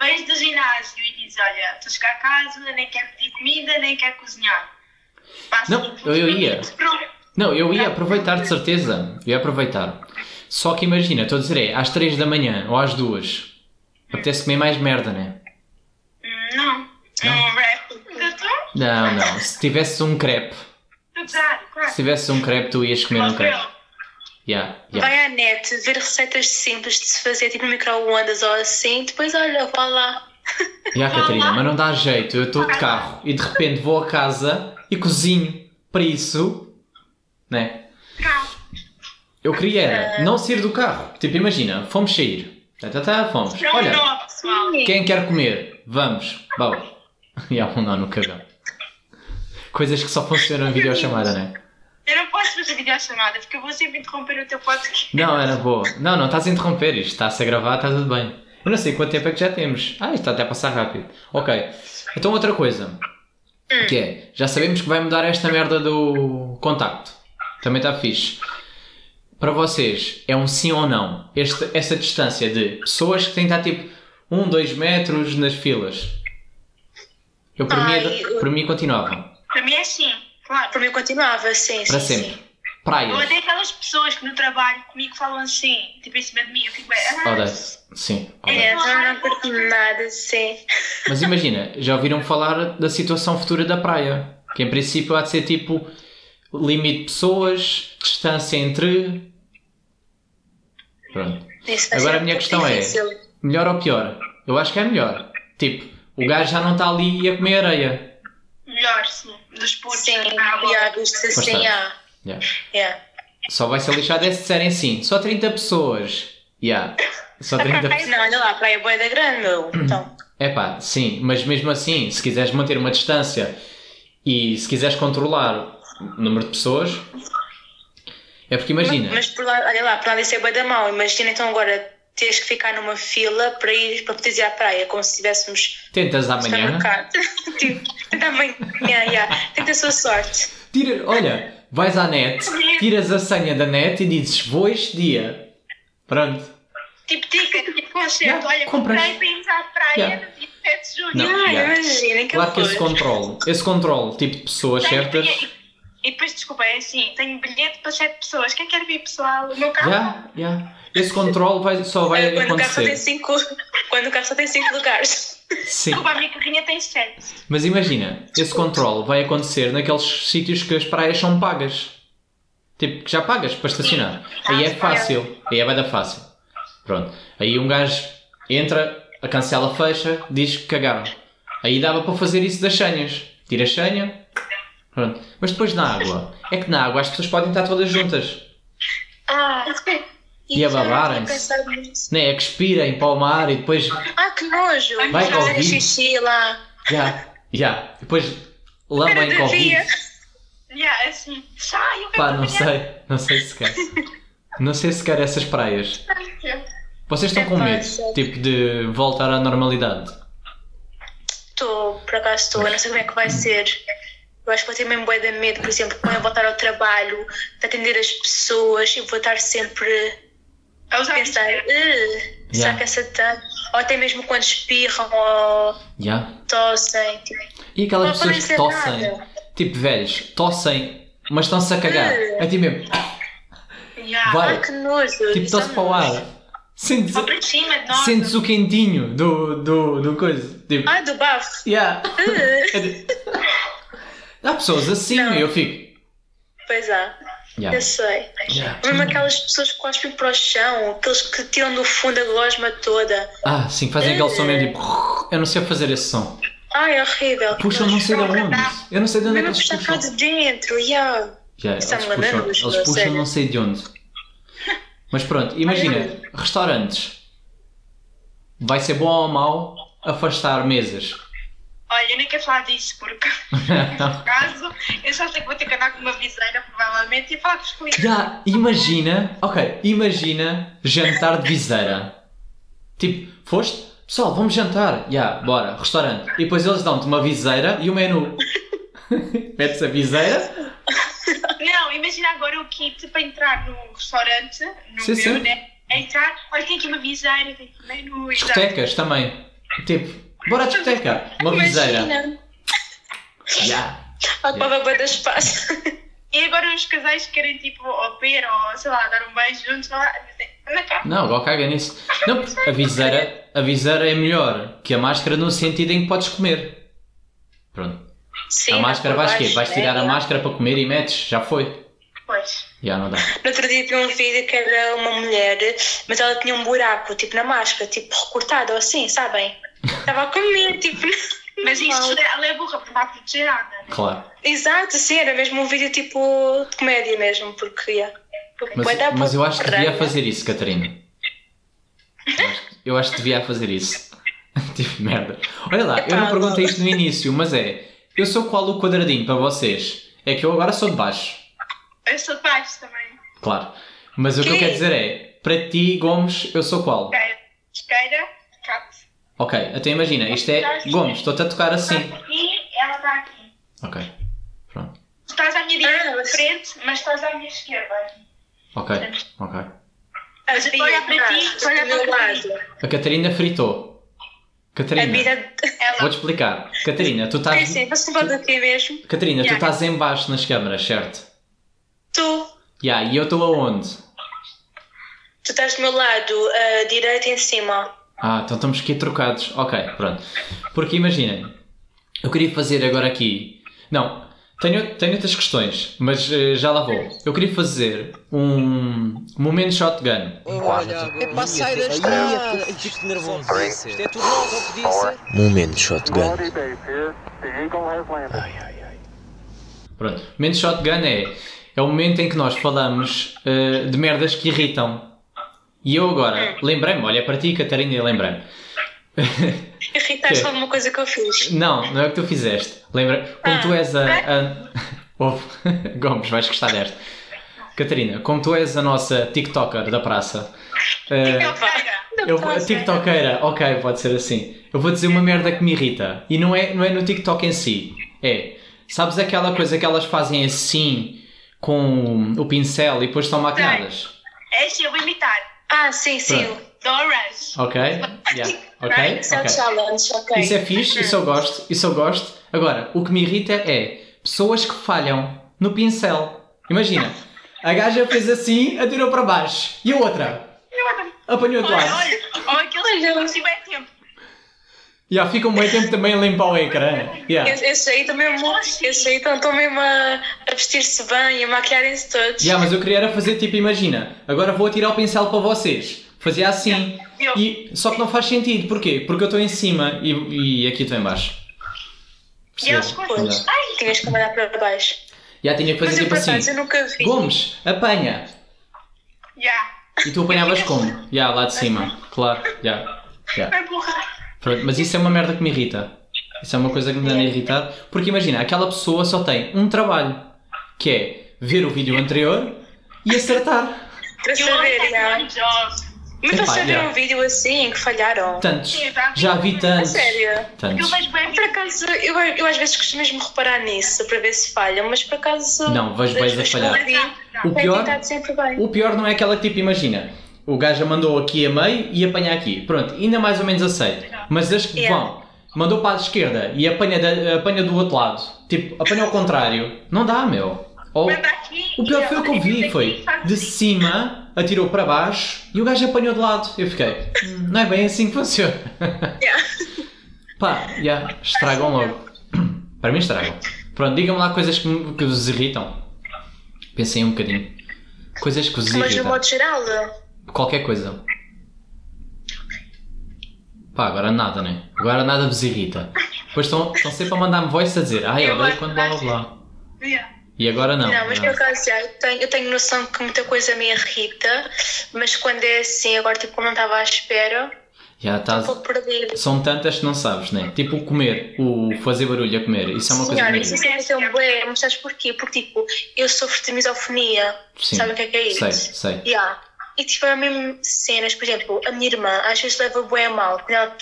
Vais do ginásio e dizes, olha, estou a chegar a casa, nem quero pedir comida, nem quero cozinhar. Passa
Não,
um
eu- eu ia.
Pronto.
Não, eu ia aproveitar de certeza. Eu ia aproveitar. Só que imagina, estou a dizer é às 3 da manhã ou às 2. Apetece comer mais merda, né?
Hum, Não. Um
é.
rap. Doutor?
Não, não. Se tivesse um crepe,
Doutor, claro.
se tivesse um crepe, tu ias comer um
Mas
crepe.
eu-
Yeah, yeah.
Vai à net ver receitas simples de se fazer, tipo no micro-ondas ou assim, depois olha, vá lá.
Ya, Catarina, mas não dá jeito. Eu estou de carro e de repente vou a casa e cozinho. Para isso, né?
Não.
Eu queria era não sair do carro. Tipo, imagina, fomos sair. Tá, tá, tá, fomos.
Não,
Olha,
não, pessoal.
quem quer comer? Vamos, (laughs) vamos. E há um nó no cagão. Coisas que só funcionam em videochamada, né?
Eu não posso fazer videochamada porque eu vou sempre interromper o teu podcast.
Não, era boa. Não, não, estás a interromper isto. Está-se a gravar, está tudo bem. Eu não sei quanto tempo é que já temos. Ah, isto está até a passar rápido. Ok. Então, outra coisa. Que é, já sabemos que vai mudar esta merda do contacto. Também está fixe. Para vocês, é um sim ou não? Este, esta distância de pessoas que têm que estar tipo 1, 2 metros nas filas. Eu, por,
Ai,
mim,
eu-
por mim, continuava.
Para mim é assim, claro.
Para mim continuava, sim,
Para
sim,
sempre.
sim.
Ou
é
Praias.
até aquelas pessoas que no trabalho comigo falam assim, tipo em cima de mim, eu fico bem. Ah,
Odeio. Sim, odeio.
É, então eu não curti nada, sim.
Mas imagina, já ouviram falar da situação futura da praia? Que em princípio há de ser tipo limite de pessoas, distância entre. Pronto.
Isso vai
Agora
ser
a minha
muito
questão é-
difícil.
Melhor ou pior? Eu acho que é melhor. Tipo, o gajo já não está ali a comer areia.
melhor, sim. Dos putos.
Sim,
Ah, bom.
já viste assim,
Bastante.
já.
Yeah.
Yeah.
Só vai ser lixado é se disserem sim, só 30 pessoas. Yeah. Só Hum, 30 pessoas.
Não, olha lá, a praia boa da grande, meu. Então,
Epá, sim, mas mesmo assim, se quiseres manter uma distância e se quiseres controlar o número de pessoas. É porque imagina.
mas por lá, olha lá, por lá isso é boa da mão. Imagina então agora teres que ficar numa fila para ir para poderes ir à praia, como se estivéssemos
Tentas
no
amanhã.
mercado. (laughs) tipo, tenta amanhã, yeah. tenta a sua sorte.
Tira, olha, vais à net, tiras a senha da net e dizes vou este dia. Pronto.
Tipo, dica, tipo, concerto,
Yeah,
olha,
compras.
comprei bens à praia
Yeah.
no dia 7 de junho.
Não,
Ah,
yeah.
imagina, que
Claro que
horror.
esse controle, esse controle, tipo de pessoas
Tenho
certas.
bilhete- E depois, desculpa, é assim, tenho bilhete para 7 pessoas. Quem quer vir, pessoal? O meu carro?
Yeah, yeah. Esse controle vai, só vai
Olha, quando o carro só tem
acontecer.
cinco, quando o carro só tem cinco lugares.
Sim.
Desculpa, a minha carrinha tem 7.
Mas imagina, esse controle vai acontecer naqueles sítios que as praias são pagas. Tipo, que já pagas para estacionar. Aí é fácil. Aí é bada fácil. Pronto. Aí um gajo entra, a cancela fecha, diz que cagaram. Aí dava para fazer isso das senhas. Tira a senha. Pronto. Mas depois na água. É que na água as pessoas podem estar todas juntas.
(laughs) Ah,
E a
já não tinha
babarem-se.
pensado nisso.
Né? É que expira, empalmar e depois.
Ah, que nojo!
Vai
Vai
para o
fazer
vídeo.
xixi lá.
Já. Já. Depois lambem
Era
com o
devia.
vídeo.
Yeah, é assim, sai, eu quero
Pá, não
trabalhar.
sei. Não sei se quer. Não sei se quer essas praias. Vocês estão com
Epá,
medo,
sei.
tipo, de voltar à normalidade?
Estou, por acaso estou, eu não sei como é que vai ser. Eu acho que vou ter mesmo bué de medo, por exemplo, quando eu voltar ao trabalho, de atender as pessoas e vou estar sempre
A É usar
a pensar,
isto.
"Ugh, será
Yeah.
que essa tá? Ou até mesmo quando espirram ou
Já.
tossem, tipo,
E aquelas
Não
pessoas que
aparece
tossem,
nada.
tipo, velhos, tossem, mas estão-se a cagar.
Hum.
É tipo mesmo,
Yeah.
Vai.
ah, que nojo.
tipo,
isso é
tosse para o
nojo."
ar. Sentes,
Só para cima de nós.
sentes o quentinho do, do, do coisa. Tipo,
Ah, do bafo.
yeah.
Ugh.
É tipo- Há pessoas assim,
Não.
eu fico.
pois há,
Yeah.
eu sei.
Yeah.
Mesmo aquelas pessoas que cospem para o chão, aqueles que tiram do fundo a gosma toda.
Ah, sim, fazem aquele som mesmo
Hum.
tipo. Eu não sei fazer esse som.
Ai, é horrível. que
Puxa, eu não
nojo.
sei de onde. Eu não sei de onde é que
Mesmo
eles
puxar
puxam.
cá de dentro, yeah.
Já, eles
Isso é uma
puxam,
grande
eles
luz,
puxam
sério.
não sei de
(laughs)
onde. Mas pronto, imagina, restaurantes. Vai ser bom ou mau afastar mesas? (laughs)
Olha, eu nem quero falar disso porque, no caso, eu só sei que vou ter que andar com uma viseira, provavelmente, e falar com os
(laughs)
clientes.
Já, imagina, ok, imagina jantar de viseira. Tipo, foste? Pessoal, vamos jantar. Já, bora, restaurante. E depois eles dão-te uma viseira e o menu. (laughs) Metes a viseira?
Não, imagina agora o kit para entrar no restaurante, no
Sim,
meu,
sim.
né? É Entrar, olha, tem aqui uma viseira, tem aqui um menu, e tal.
Discotecas também. Tipo, bora à discoteca. Uma viseira.
Imagina.
Já.
Ocupava bué de espaço. (laughs)
E agora os casais querem, tipo, ou beber, ou, sei lá, dar um beijo juntos, sei lá, assim, anda cá.
Não, igual caga nisso. Não, porque a viseira, a viseira é melhor que a máscara no sentido em que podes comer. Pronto.
Sim,
a máscara
por
vais quê?
baixo,
Vais
né?
tirar a máscara para comer e metes? Já foi.
Pois.
Já não dá.
No outro dia vi um vídeo que era uma mulher, mas ela tinha um buraco, tipo, na máscara, tipo, recortado ou
(laughs)
assim, sabem? Estava a comer, tipo... (laughs)
Mas isso,
normal.
ela é burra, porque não está protegida.
Claro.
Exato, sim, era mesmo um vídeo, tipo, de comédia mesmo, porque, yeah. Porque
Mas,
bué da
mas eu acho que devia
porrada.
fazer isso, Catarina. Eu acho que- Eu acho que devia fazer isso. (laughs) Tipo, merda. Olha lá, eu não
Epá,
perguntei isto no início, mas é. Eu sou qual o quadradinho para vocês? É que eu agora sou de baixo.
Eu sou de baixo também.
Claro. Mas o que eu
Quê?
quero dizer é. Para ti, Gomes, eu sou qual?
Esqueira, esqueira, cabe.
Ok, então imagina, isto é Gomes, estou-te a tocar assim.
E ela está aqui.
Ok, pronto.
Tu estás à minha direita
Ah,
de frente, mas estás à minha esquerda.
Ok, ok.
A
Mas olha para ti,
braço,
olha
do meu
para ti.
lado.
A Catarina fritou.
A
Catarina,
vida...
Ela,
vou-te explicar. Catarina, tu
É
estás.
assim, você fala do quê mesmo?
Catarina, tu
Yeah.
estás em baixo nas câmaras, certo?
Tu...
Yeah, e eu estou aonde?
Tu estás do meu lado, ah, direito em cima.
Ah, então estamos aqui trocados. Ok, pronto. Porque imaginem, eu queria fazer agora aqui. Não, tenho, tenho outras questões, mas eh, já lá vou. Eu queria fazer um momento shotgun.
Olha, é para sair da estrada. Isto é nervoso. Isto é tudo novo, eu podia ser.
Momento shotgun.
Quality base here. The Eagle has landed.
Pronto. Momento shotgun é, é o momento em que nós falamos eh, de merdas que irritam. E eu agora, lembrei-me, olha para ti, Catarina, e lembrei-me.
Irritaste
Quê?
com alguma coisa que eu fiz.
Não, não é o que tu fizeste. Lembra? Como tu és a. a... (laughs) Ouve, Gomes, vais gostar desta. Catarina, como tu és a nossa TikToker da praça. eh,
ela Então, pega.
eu vou, tipo, então- TikTokeira, ok, pode ser assim. Eu vou dizer uma merda que me irrita. E não é, não é no TikTok em si. É. Sabes aquela coisa que elas fazem assim com o pincel e depois são maquinadas?
Esta eu vou imitar.
Ah, sim, sim.
Pronto.
Doras.
Ok? Yeah. Ok?
Isso é o
Ok.
challenge, ok.
Isso é fixe, isso eu gosto, isso eu gosto. Agora, o que me irrita é pessoas que falham no pincel. Imagina, a gaja fez assim, atirou para baixo. E a outra? Apanhou de
Olha,
lado.
olha, ou aqueles que não tiver tempo.
E yeah, ficam meio tempo também a limpar o ecrã. Yeah.
Esse- Esse aí também esse aí estão então, mesmo a a vestir-se bem e a maquilharem-se todos.
Yeah, mas eu queria era fazer tipo, imagina, agora vou atirar o pincel para vocês. Fazia assim. E, só que não faz sentido, porquê? Porque eu estou em cima e, e aqui estou em baixo.
E eles
Percebes?
cortam.
Não dá.
Ai,
Tinhas que mandar para baixo.
Yeah, tinha que
Mas
fazer
eu,
tipo
por acaso,
assim.
eu nunca vi.
Gomes, apanha.
já.
E tu apanhavas como? Já, lá de cima. Claro, já. já.
Vai borrar.
Pronto, mas isso é uma merda que me irrita. Isso é uma coisa que me dá a irritar. Porque imagina, aquela pessoa só tem um trabalho, que é ver o vídeo anterior e acertar.
Para
You only
saber,
have
yeah.
one job.
Mas para
Epá,
saber
yeah.
um vídeo assim que falharam.
Tantos.
Sim, já vi.
Já vi
A
tantos.
sério.
Eu
Tantos.
vejo bem
Por acaso, eu, eu às vezes costumo mesmo reparar nisso para ver se falham, mas por acaso.
Não, vejo bem
das
a
vezes
falhar.
que eu vi,
O
tem
pior-
tentado sempre bem.
O pior não é aquela que tipo, imagina, o gajo a mandou aqui a meio e apanha aqui. Pronto, ainda mais ou menos aceito. Mas as que
Yeah.
vão, mandou para a esquerda e apanha, da- apanha do outro lado. Tipo, apanha ao contrário. Não dá, meu. Ou,
Manda aqui,
o pior
e
foi o que eu
olha,
vi,
manda
foi
aqui, faz
de
assim.
cima, atirou para baixo e o gajo apanhou de lado. Eu fiquei, "Hum, não é bem assim que funciona.
Yeah.
Pá, yeah, estragam logo. (clears throat) Para mim estragam. Pronto, digam-me lá coisas que, me- que vos irritam. Pensem um bocadinho. Coisas que vos
Mas no
irritam.
modo geral,
Qualquer coisa. Pá, agora nada, né? Agora nada vos irrita. Depois estão estão sempre a mandar-me voice a dizer Ai, eu
Eu
odeio
acho
quando
que
blá blá blá.
Yeah.
E agora não.
não, mas por acaso já, eu tenho, eu tenho noção que muita coisa me irrita, mas quando é assim, agora tipo, não estava à espera,
Já tá estás...
vou perdido.
São tantas que não sabes, né? Tipo o comer, o fazer barulho a comer. Isso é uma coisa que
Senhora,
me irrita.
isso é um bué, mas sabes porquê? Porque tipo, eu sofro de misofonia,
Sim.
sabe o que é que é isso?
Sei, sei.
Yeah. E tipo, é mesmo cenas, por exemplo, a minha irmã às vezes leva bué a mal. Quando ela-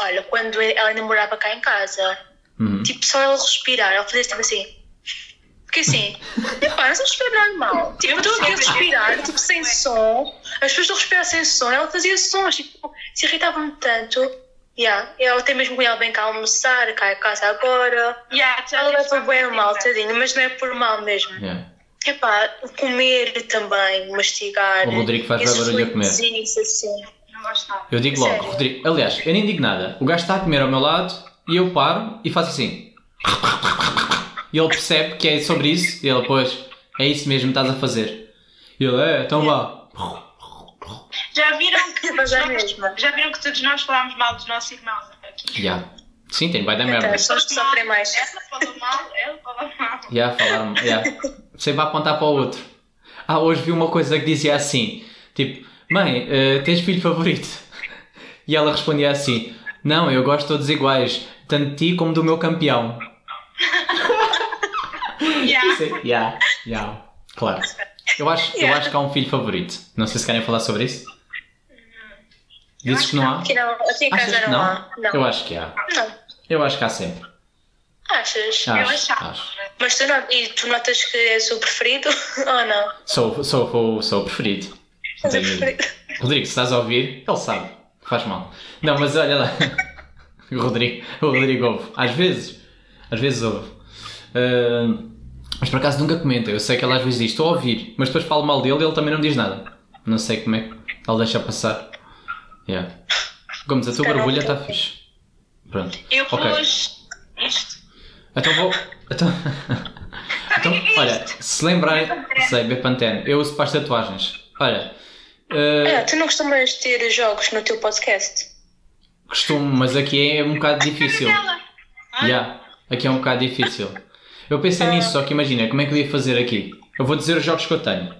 olha, quando ela ainda morava cá em casa,
Uhum.
tipo, só ela respirar, ela fazia tipo assim. Porque assim, epá, nós vamos respirar mal. Tipo, eu estou aqui a respirar, tipo, sem som. As pessoas estão a respirar sem som, ela fazia sons, tipo, se irritavam-me tanto. Yeah. Eu até mesmo com ela vem cá almoçar, cá em casa agora.
Yeah, já
Ela
vi
leva
essa
bem a mal,
coisa.
tadinho, mas não é por mal mesmo.
Yeah.
Epá, comer também, mastigar.
O Rodrigo faz bué
esses
barulho a comer.
leitezinhos, assim.
Não gosto nada.
Eu digo logo,
Sério?
Rodrigo. Aliás, eu nem digo nada. O gajo está a comer ao meu lado e eu paro e faço assim. E ele percebe que é sobre isso. E ele, pois, é isso mesmo que estás a fazer. E ele, é, então vá.
Já
(laughs)
viram que
Mas
todos
é
nós-
mesmo.
já viram que todos nós falámos mal dos nossos irmãos aqui?
Yeah. Sim, tem, vai dar merda.
Então, as pessoas que sofrem mais.
Ela falou mal, ela falou mal.
Já falaram, já. Sempre a apontar para o outro. Ah, hoje vi uma coisa que dizia assim: tipo, mãe, eh, tens filho favorito? E ela respondia assim: não, eu gosto de todos iguais, tanto de ti como do meu campeão.
Yeah.
Sim, já, já. Claro. Eu acho, eu
Yeah.
acho que há um filho favorito. Não sei se querem falar sobre isso. Dizes que não há?
Aqui, não, aqui em
Achas
casa
que
não,
não?
há. Não.
Eu acho que há.
Não.
Eu acho que há sempre.
Achas?
Acho, acho.
Mas tu, não, e tu notas que és o preferido (laughs) ou não?
Sou, sou, sou, sou o preferido.
És o
Tenho-
preferido.
Rodrigo, se estás a ouvir, ele sabe. Faz mal. Não, mas olha lá. (laughs) O Rodrigo, o Rodrigo ouve. Às vezes. Às vezes ouve. Ah, mas por acaso nunca comenta. Eu sei que ele às vezes diz: estou a ouvir. Mas depois falo mal dele e ele também não diz nada. Não sei como é que ele deixa passar. Yeah. Gomes, a tua
calhar
barbulha
não
está
tem.
fixe. Pronto.
Eu
Ok.
pus isto.
Então vou.
(laughs)
Então, então olha, se lembrarem. Sei, Bepantene. Eu uso para as tatuagens. Olha. ah,
Ah, tu não costumas ter jogos no teu podcast?
Costumo, mas aqui é um bocado difícil. Já, aqui é um bocado difícil. Eu pensei nisso, só que imagina, como é que eu ia fazer aqui? Eu vou dizer os jogos que eu tenho.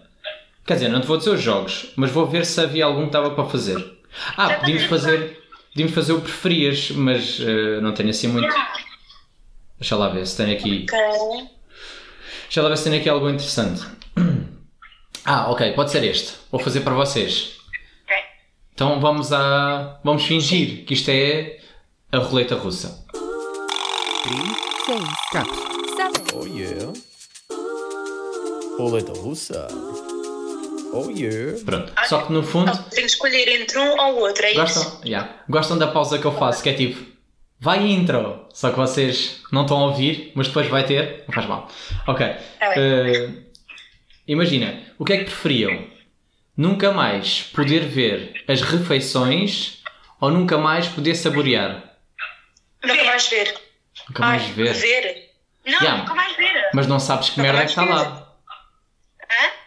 Quer dizer, não te vou dizer os jogos, mas vou ver se havia algum que estava para fazer. Ah, podíamos fazer, podíamos fazer o preferias, mas eh, não tenho assim muito. Deixa lá ver se tenho aqui.
Ok.
Deixa lá ver se tenho aqui algo interessante. (clears throat) Ah, ok, pode ser este. Vou fazer para vocês.
Ok.
Então vamos a. Vamos fingir que isto é a roleta russa.
Oh yeah. Roleta russa. Oh yeah.
Pronto. Só que no fundo.
Ah, tenho que escolher entre um ou outro, é isso?
Gostam? Yeah. Gostam da pausa que eu faço, que é tipo. Vai intro! Só que vocês não estão a ouvir, mas depois vai ter. Não faz mal. Ok.
Ah,
eh, imagina, o que é que preferiam? Nunca mais poder ver as refeições ou nunca mais poder saborear?
Nunca vais ver.
Eh, Nunca mais
Ai,
ver.
ver?
Não,
Yeah.
nunca mais ver.
Mas não sabes que merda é que está lá.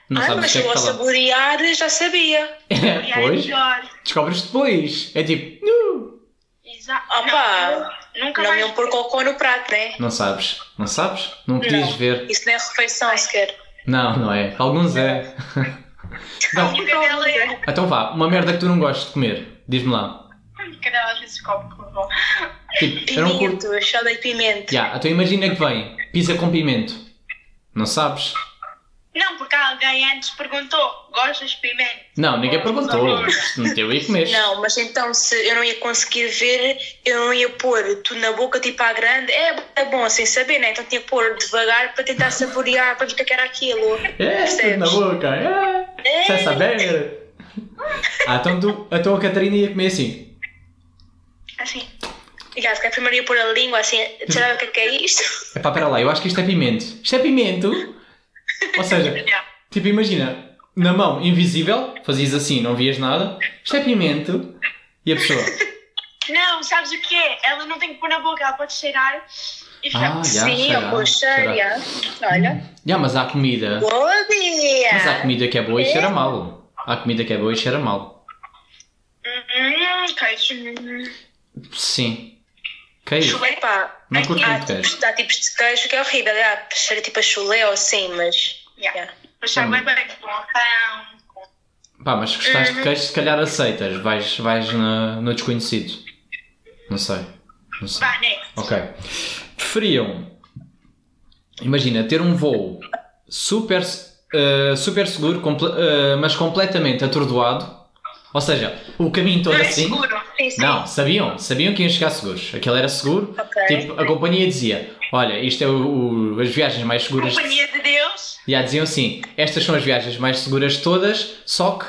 Não
ah,
sabes o
mas
que é
eu
que
ao
está lá.
saborear já sabia.
E
(laughs) É,
aí,
pois.
melhor.
Descobres depois. É tipo. "Nu".
Exato.
Opa,
Não, nunca
Não
mais
iam pôr cocô no prato, né?
Não sabes. Não sabes? Não podias
Não.
ver.
Isso não é refeição sequer.
Não, não é. Alguns é.
A
não.
única dela é. A
Então vá, uma merda que tu não gostes de comer. Diz-me lá.
única dela às vezes come com bom.
Tipo, eu não curto.
Pimento, chá de pimenta.
Já, então imagina que vem pizza com pimento. Não sabes?
Não, porque alguém antes perguntou: gostas de pimenta?
Não, ninguém
Gostas
perguntou.
ou não gostas?
Se meteu aí comer.
Não, mas então se eu não ia conseguir ver, eu não ia pôr tudo na boca, tipo à grande. É, é bom, sem saber, né? Então tinha que pôr devagar para tentar saborear, para ver o que é que era aquilo.
É, tudo na
Percebes?
boca. É. Sem saber. Ah, então, tu, então a Catarina ia comer assim.
Assim.
Aliás, que primeiro ia pôr a língua assim, será o que é que é isto? (laughs)
Epá, espera lá, eu acho que isto é pimento. Isto é pimento? Ou seja,
já.
tipo, imagina, na mão invisível, fazias assim, não vias nada. Isto é pimento. E a pessoa,
Não, sabes o que é? Ela não tem que pôr na boca, ela pode cheirar e
Ah,
ficar.
já,
Sim,
cheira,
eu vou
cheira.
cheia. Olha.
Já, mas há comida.
Bom
Mas há
dia!
comida que é boa e cheira mal. Há comida que é boa e cheira mal.
Hum, queijo. Hum.
Sim. Queijo.
Epá,
Não curto
há
muito queijo.
tipos, há tipos de queijo que é horrível. Há, cheira tipo a chulé ou assim, mas.
Yeah.
yeah.
Mas sabe bem com pão, com.
Pá, mas se gostaste de queijo, se calhar aceitas. Vais, vais na- no desconhecido. Não sei. Não sei.
Vá, né?
Ok. Preferiam. Imagina, ter um voo super, eh, super seguro, comple- eh, mas completamente atordoado. Ou seja, o caminho todo
Não é
assim.
seguro.
Sim, sim.
Não, sabiam, sabiam que iam chegar seguros. Aquele era seguro.
Ok.
Tipo, a companhia dizia: Olha, isto é o- o- as viagens mais seguras.
Companhia de Deus.
E há diziam assim: Estas são as viagens mais seguras todas, só que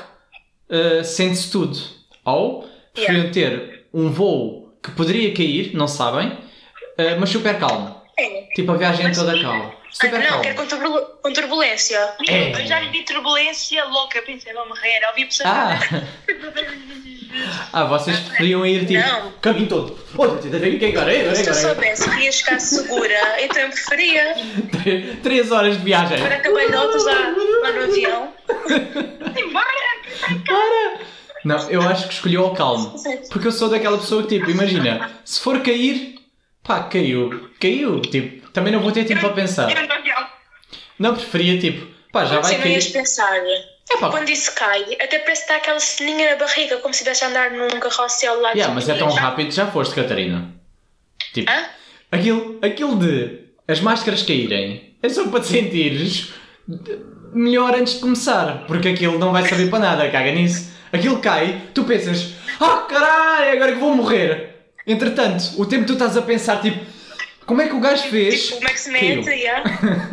eh, sente-se tudo. Ou preferiam ter um voo que poderia cair, não sabem, eh, mas super calmo.
É.
Tipo, a viagem toda calma.
Ah,
Super
não,
calma.
quero com, turbul- com turbulência.
É.
Eu já lhe vi turbulência louca, eu pensei, vou morrer. Ouvi pessoas.
Ah! (laughs) ah, vocês preferiam ir tipo.
Não.
Caminho todo. Olha, tem que ir agora, é,
Se eu
agora, agora.
soubesse que ia chegar segura, então eu preferia.
(laughs) Três horas de viagem.
Agora acabei de outros lá, lá no avião.
(laughs) Embora! que vai cá.
Para! Não, eu acho que escolheu o calmo. Porque eu sou daquela pessoa que, tipo, imagina, se for cair, pá, caiu. Caiu. Tipo, também não vou ter tempo a pensar.
Eu não vi-
Não preferia, tipo, pá, já
Assim
vai
não ias
cair.
pensar.
É pá,
Quando isso cai, até parece que dá aquela ceninha na barriga, como se estivesse a andar num carrossel lá de
yeah, mas é tão
Santiago.
rápido, já foste, Catarina. Tipo,
Hã?
aquilo, aquilo de as máscaras caírem é só para te sentires melhor antes de começar, porque aquilo não vai servir para nada, caga nisso. Aquilo cai, tu pensas, ah caralho, é agora que vou morrer. Entretanto, o tempo que tu estás a pensar, tipo, como é que o gajo fez?
Tipo, como é que se
Caiu. (laughs)
mete? yeah.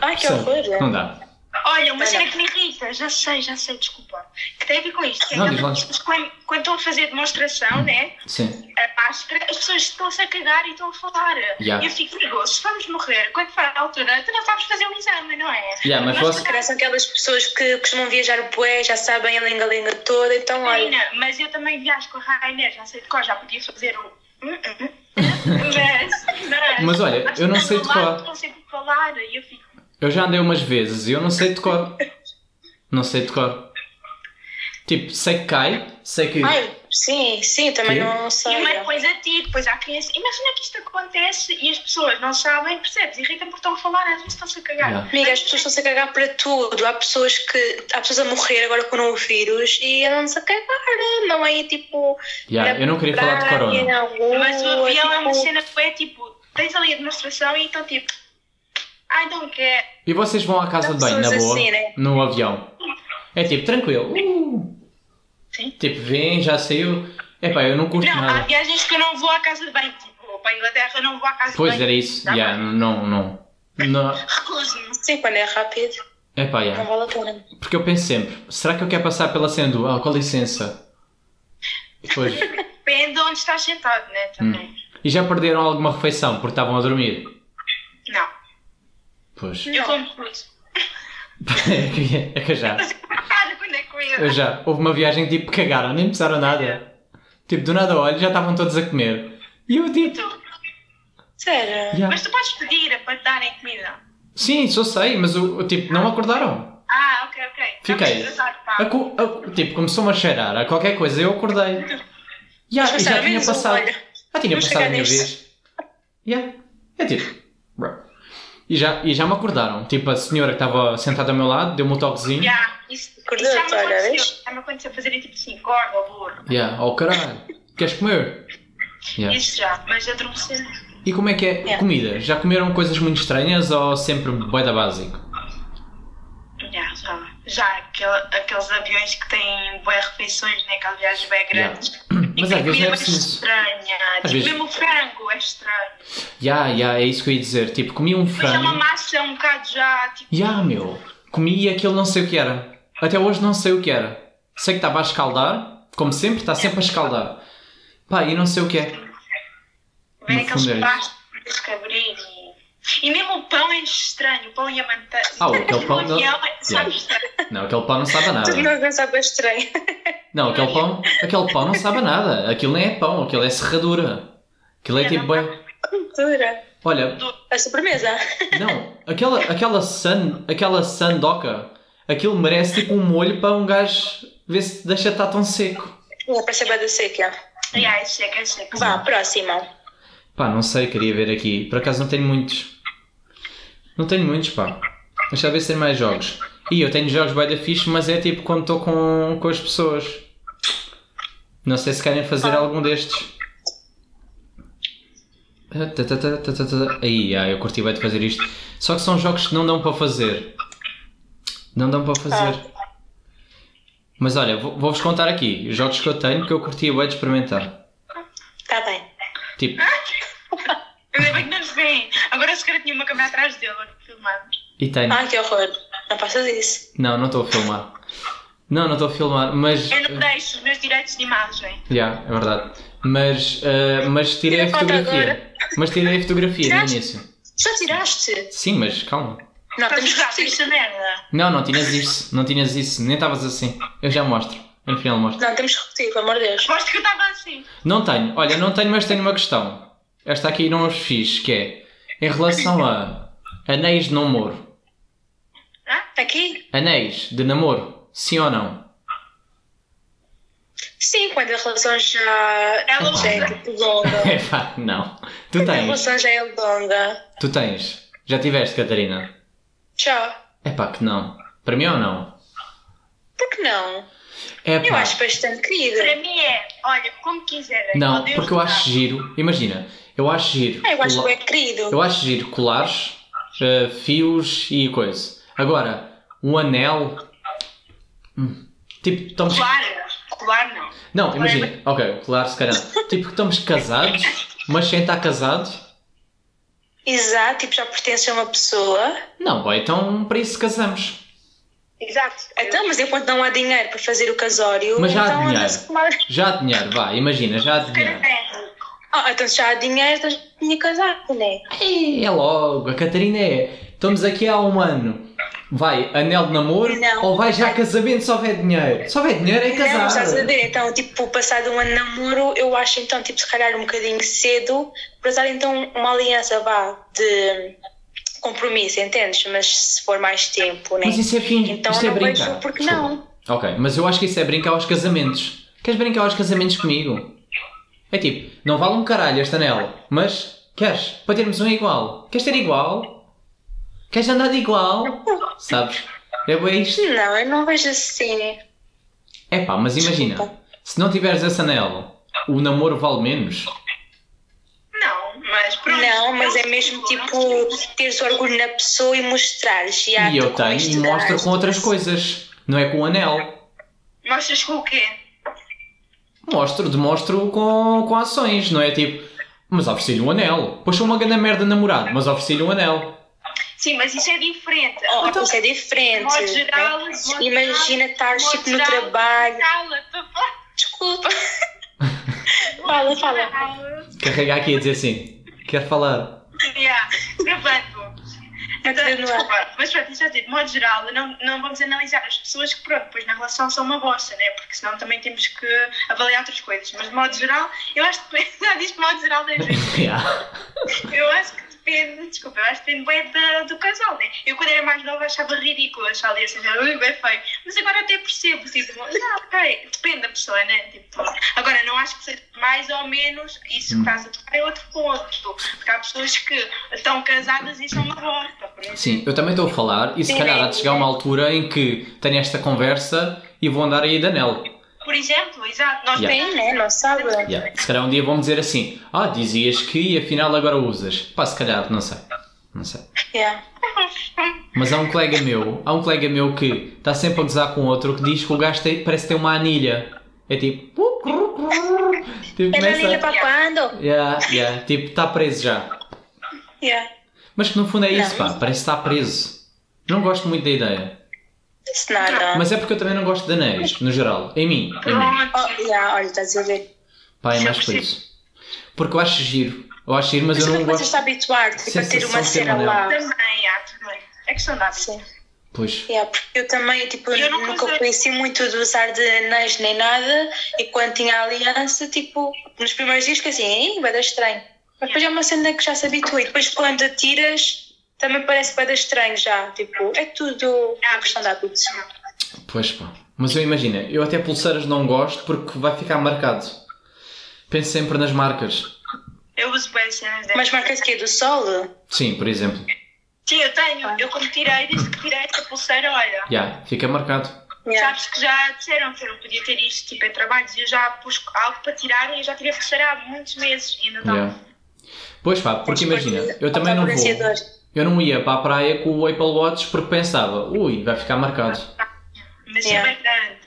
Ai, que
Sabe? Não
horror. né? é.
dá.
Olha, uma
Vai
cena
lá.
que me irrita, já sei, já sei, desculpa. Que tem a ver com isto. que é
Não,
aquelas
diz lá.
pessoas que Quando, quando estão a fazer demonstração, né?
Sim.
A máscara, as pessoas estão-se a cagar e estão a falar.
Ya.
Eu fico, digo, se vamos morrer, quando for a altura, tu não sabes fazer um exame, não é?
Yeah, mas posso-
Cara, São aquelas pessoas que costumam viajar bué, já sabem a lenga-lenga toda, então
é.
olha.
Menina, mas eu também viajo com a Rainer, não sei de qual, já podia fazer o. Hum, hum, hum. mas, não. é?
Mas olha, eu não sei de
estão lá,
qual.
Estão sempre a falar e eu fico.
Eu já andei umas vezes e eu não sei de cor. Não sei de cor. Tipo, sei que cai, sei que.
Ai, sim, sim, também
Quê?
não
E
sei.
uma coisa a ti, depois há quem. é assim, Imagina que isto acontece e as pessoas não sabem, percebes? Irritam porque estão a falar, às vezes estão-se a cagar.
Yeah.
Amiga, as pessoas estão-se a cagar para tudo. Há pessoas que. Há pessoas a morrer agora com o vírus e andam-se a cagar. Não é tipo.
Yeah,
na
eu não queria falar de
praia,
corona.
na rua,
Mas o avião é uma
tipo,
cena que é tipo, tens ali a demonstração e então tipo, I don't care.
E vocês vão à casa de banho, na
Pessoas
boa,
assim, né?
no avião. É tipo, tranquilo. Uh.
Sim.
Tipo, vem, já saiu. Epá, eu não curto
Não, há
nada.
viagens que eu não vou à casa de banho, tipo, para a Inglaterra eu não vou à casa
Pois é.
de
era
banho.
isso.
Dá
Yeah, não, não. não.
Recuso-me.
Sim, quando é rápido,
Epá,
não
yeah.
vale a pena.
Porque eu penso sempre, será que eu quero passar pela cena do ah, com licença? Pois.
Depende de onde estás sentado,
Hum.
né? Também.
E já perderam alguma refeição porque estavam a dormir?
Não.
Pois.
Eu como tudo.
é que eu já.
Mas cara, quando é comida?
Eu já. Houve uma viagem que tipo cagaram, nem pensaram nada. Tipo, do nada olho, já estavam todos a comer. E eu tipo.
Sério?
yeah.
Mas tu podes pedir para te darem comida.
Sim, só sei, mas o, o tipo, não acordaram.
Ah, ok, ok.
Fiquei.
Não, mas engraçado, pá.
A co- a- tipo, começou-me a cheirar a qualquer coisa, eu acordei. Já,
Mas
já
passaram
tinha
mesmo,
passado.
olha.
Já tinha passado
Vamos
a
chegar
minha
nisso.
vez. Yeah. É tipo. bro. E já, e já me acordaram. Tipo, a senhora que estava sentada ao meu lado deu-me um toquezinho. Yeah.
Já, isso, isso
Acordou-te,
já me
olha,
aconteceu.
vês?
Já me aconteceu fazerem tipo assim, corda ou burro.
Oh caralho, queres comer? Yeah.
Isso já, mas adormecer. não.
E como é que é?
Yeah.
um Comida? Já comeram coisas muito estranhas ou sempre bué da básico?
Já aquele, aqueles aviões que têm boas refeições, né? Aquelas viagens bem
Yeah.
grandes. E
Mas
que
às
a
vezes não é
comida
preciso.
estranha. Tipo,
vezes-
mesmo o frango é estranho.
Ya, ya, é isso que eu ia dizer. Tipo, comi um
Depois é uma
frango.
massa um bocado já, tipo,
Ya, meu. Comi e aquilo não sei o que era. Até hoje não sei o que era. Sei que estava a escaldar, como sempre, está sempre a escaldar. Pá, e não sei o que é.
vem
no
aqueles
fundo é isso.
pastos que abrir e... E mesmo o pão é estranho, o pão e a manteiga.
Ah, aquele
(laughs)
pão não-
E ela é- sabe estranho.
Não, aquele pão não sabe a
Tudo
nada.
não pensava bem estranho. (laughs)
Não, aquele pão, aquele pão não sabe a nada. Aquilo nem é pão, aquilo é serradura. Aquilo é tipo bem.
Dura.
Olha,
A sobremesa.
não, aquela, aquela, san, aquela sandoca, aquilo merece tipo um molho para um gajo ver se deixa de estar tão seco.
Vou perceber da seca.
E aí, seca, é seca.
Vá, próxima.
Pá, não sei, queria ver aqui. Por acaso não tenho muitos. Não tenho muitos, pá. Deixa eu ver se tem mais jogos. E eu tenho jogos by the fish, mas é tipo quando estou com, com as pessoas. Não sei se querem fazer algum destes. Ah, tá, tá, tá, tá, tá, tá. Aí, ah, eu curti bem de fazer isto. Só que são jogos que não dão para fazer. Não dão para fazer. Mas olha, vou- vou-vos contar aqui. Jogos que eu tenho que eu curti bem de experimentar.
Está Tá bem.
Tipo,
Ainda bem que não nos veem. Agora se calhar tinha uma câmera atrás dele, olha, filmado.
e tenho.
Ah, que horror. Não faças isso.
Não, não estou a filmar. Não, não estou a filmar, mas.
Eu não deixo os meus direitos de imagem.
Yeah, é verdade. Mas, ah, mas tirei a
Tira a foto
fotografia.
agora.
Mas tirei a fotografia no
Tiraste?
início.
Já tiraste?
Sim, mas calma.
Não,
Estás
temos que
a jogar
repetir.
esta merda.
Não, não tinhas isso. Não tinhas isso. Nem estavas assim. Eu já mostro. Eu No final mostro.
Não, temos que repetir, pelo amor de Deus.
Aposto que eu estava assim.
Não tenho. Olha, não tenho, mas tenho uma questão. Esta aqui não os fiz, que é. Em relação a. Anéis de namoro.
Aqui?
Anéis de namoro. Sim ou não? (laughs)
Sim, quando a relação já,
Ela
já é tipo
(laughs)
longa.
É pá, não. Tu
Quando a
tens.
relação já é longa.
Tu tens. Já tiveste, Catarina?
Tchau.
É pá, que não. Para mim ou não?
Por que não?
É
Eu
pá.
acho é bastante
Para
querida.
mim é, olha, como quiserem. tá.
Não,
Odeio
porque eu
jogar.
acho giro. Imagina, eu acho giro.
Ah, eu acho é
cola-
bem querido.
eu acho giro colares, eh, fios e coisa. Agora, um anel. Hum, Tipo, estamos.
Colar, colar não.
Não, imagina. Ok, colar se calhar.
(laughs)
tipo, que estamos casados, mas sem estar casado.
Exato, tipo, já pertence a uma pessoa.
Não, bom, então para isso casamos.
Exato.
Então, mas enquanto não há dinheiro para fazer o casório,
Mas já há
então
dinheiro.
anda-se com mais-
Já há dinheiro, vá, imagina, já há dinheiro.
(laughs) Ah, então se já há dinheiro, então já tinha casado, né?
Ei, É logo, a Catarina é. Estamos aqui há um ano. Vai, anel de namoro
Não.
ou vai já a casamento se houver dinheiro? Se houver dinheiro é
Não, estás a
casado.
ver? Então, tipo, passado um ano de namoro, eu acho então, tipo, se calhar um bocadinho cedo para usar então uma aliança, vá, de compromisso, entendes? Mas se for mais tempo, né?
Mas isso é fim,
Então
isto é
não
brincar.
vejo porque
Desculpa.
não.
Ok, mas eu acho que isso é brincar aos casamentos. Queres brincar aos casamentos comigo? É tipo, não vale um caralho este anel, mas queres? Para termos um igual. Queres ter igual? Queres andar de igual? Sabes? É bem isto.
Não, eu não vejo assim.
É pá, mas imagina,
Desculpa.
se não tiveres esse anel, o namoro vale menos?
Não, mas pronto.
Não, mas
Eu-
é mesmo tipo teres orgulho na pessoa e mostrares. E, ah,
E
tô
eu
com
tenho
este
e mostra
gajo.
com outras coisas. Não é com o anel.
Mostras com o quê?
Mostro, demonstro com, com ações, não é tipo, mas ofereci-lhe um anel. Pois sou uma grande merda namorado, mas ofereci-lhe um anel.
Sim, mas isso é diferente.
Oh,
Agora,
isso é diferente.
de modo geral,
né?
de modo
Imagina
geral,
estar
de modo
tipo no
geral,
trabalho.
Cala, tá bom?
Desculpa. fala, fala.
Carrega aqui a dizer assim, quero falar. (laughs)
Yeah, Gravando.
Tá
Então, desculpa, mas pronto, isso é tipo, de modo geral, não, não vamos analisar as pessoas que, pronto, depois na relação são uma bosta, né? Porque senão também temos que avaliar outras coisas. Mas, de modo geral, eu acho que (laughs) depende, já disse de modo geral, dez vezes.
Yeah.
eu acho que depende, desculpa, eu acho que depende bem da- do casal, né? Eu, quando era mais nova, achava ridículo achar ali assim, ui, bem feio. Mas agora até percebo, tipo, ah, ok, depende da pessoa, né? Tipo, agora, não acho que seja mais ou menos
Hum.
isso que estás a tocar é outro ponto. Porque há pessoas que estão casadas e são uma bosta, por exemplo.
Sim, eu também estou a falar e se
Sim,
calhar há
é.
de chegar uma altura em que tenho esta conversa e vou andar aí de anel.
Por exemplo, exato, nós
Yeah.
Sim, né? Não sabe.
Yeah. Se calhar um dia vão dizer assim, ah, dizias que e afinal agora usas. Pá, se calhar, não sei. Não sei.
Yeah.
Mas há um colega meu, há um colega meu que está sempre a gozar com outro que diz que o gajo tem- parece ter uma anilha. É tipo. Tipo,
É na
começa.
ilha para quando?
Yeah, yeah, tipo, está preso já.
Yeah.
Mas que no fundo é isso,
Não.
pá, parece estar preso. Não gosto muito da ideia.
Se nada.
Mas é porque eu também não gosto de anéis, no geral. Em mim, em mim.
Oh,
Pronto.
yeah, olha, estás a ver.
Pá, é
Sim,
mais por
sim.
isso. Porque eu acho giro. Eu acho giro, mas
Mas
eu não
depois estás
gosto.
a habituar tipo, a ter
Sensação
uma
de
cena
ter
lá.
Também, há, também. É questão da vida.
Sim.
Pois.
Yeah, porque eu também tipo,
Eu não
nunca
consigo.
conheci muito de usar de anéis nem nada e quando tinha a aliança, tipo, nos primeiros dias que assim, "Ih, vai dar estranho. Mas depois é uma cena que já se habitua e depois quando atiras também parece vai dar estranho já. Tipo, é tudo
Ah,
uma questão de hábito.
Pois pá. Mas eu imagino, eu até pulseiras não gosto porque vai ficar marcado. Penso sempre nas marcas.
Eu uso bem cenas dessas.
Mas marca-se que é do sol?
Sim, por exemplo.
Sim, eu tenho. Eu quando tirei, desde que tirei esta pulseira, olha.
Já, fica marcado.
Yeah.
Sabes que já disseram que eu não podia ter isto, tipo, em trabalhos. e Eu já pus algo para tirar e eu já tive a pulseira há muitos meses. E ainda não.
Já. Pois pá, porque imagina, eu também não vou.
Autocorenciador.
Eu não ia para a praia com o Apple Watch porque pensava, ui, vai ficar marcado.
Mas
Yeah.
é bem grande.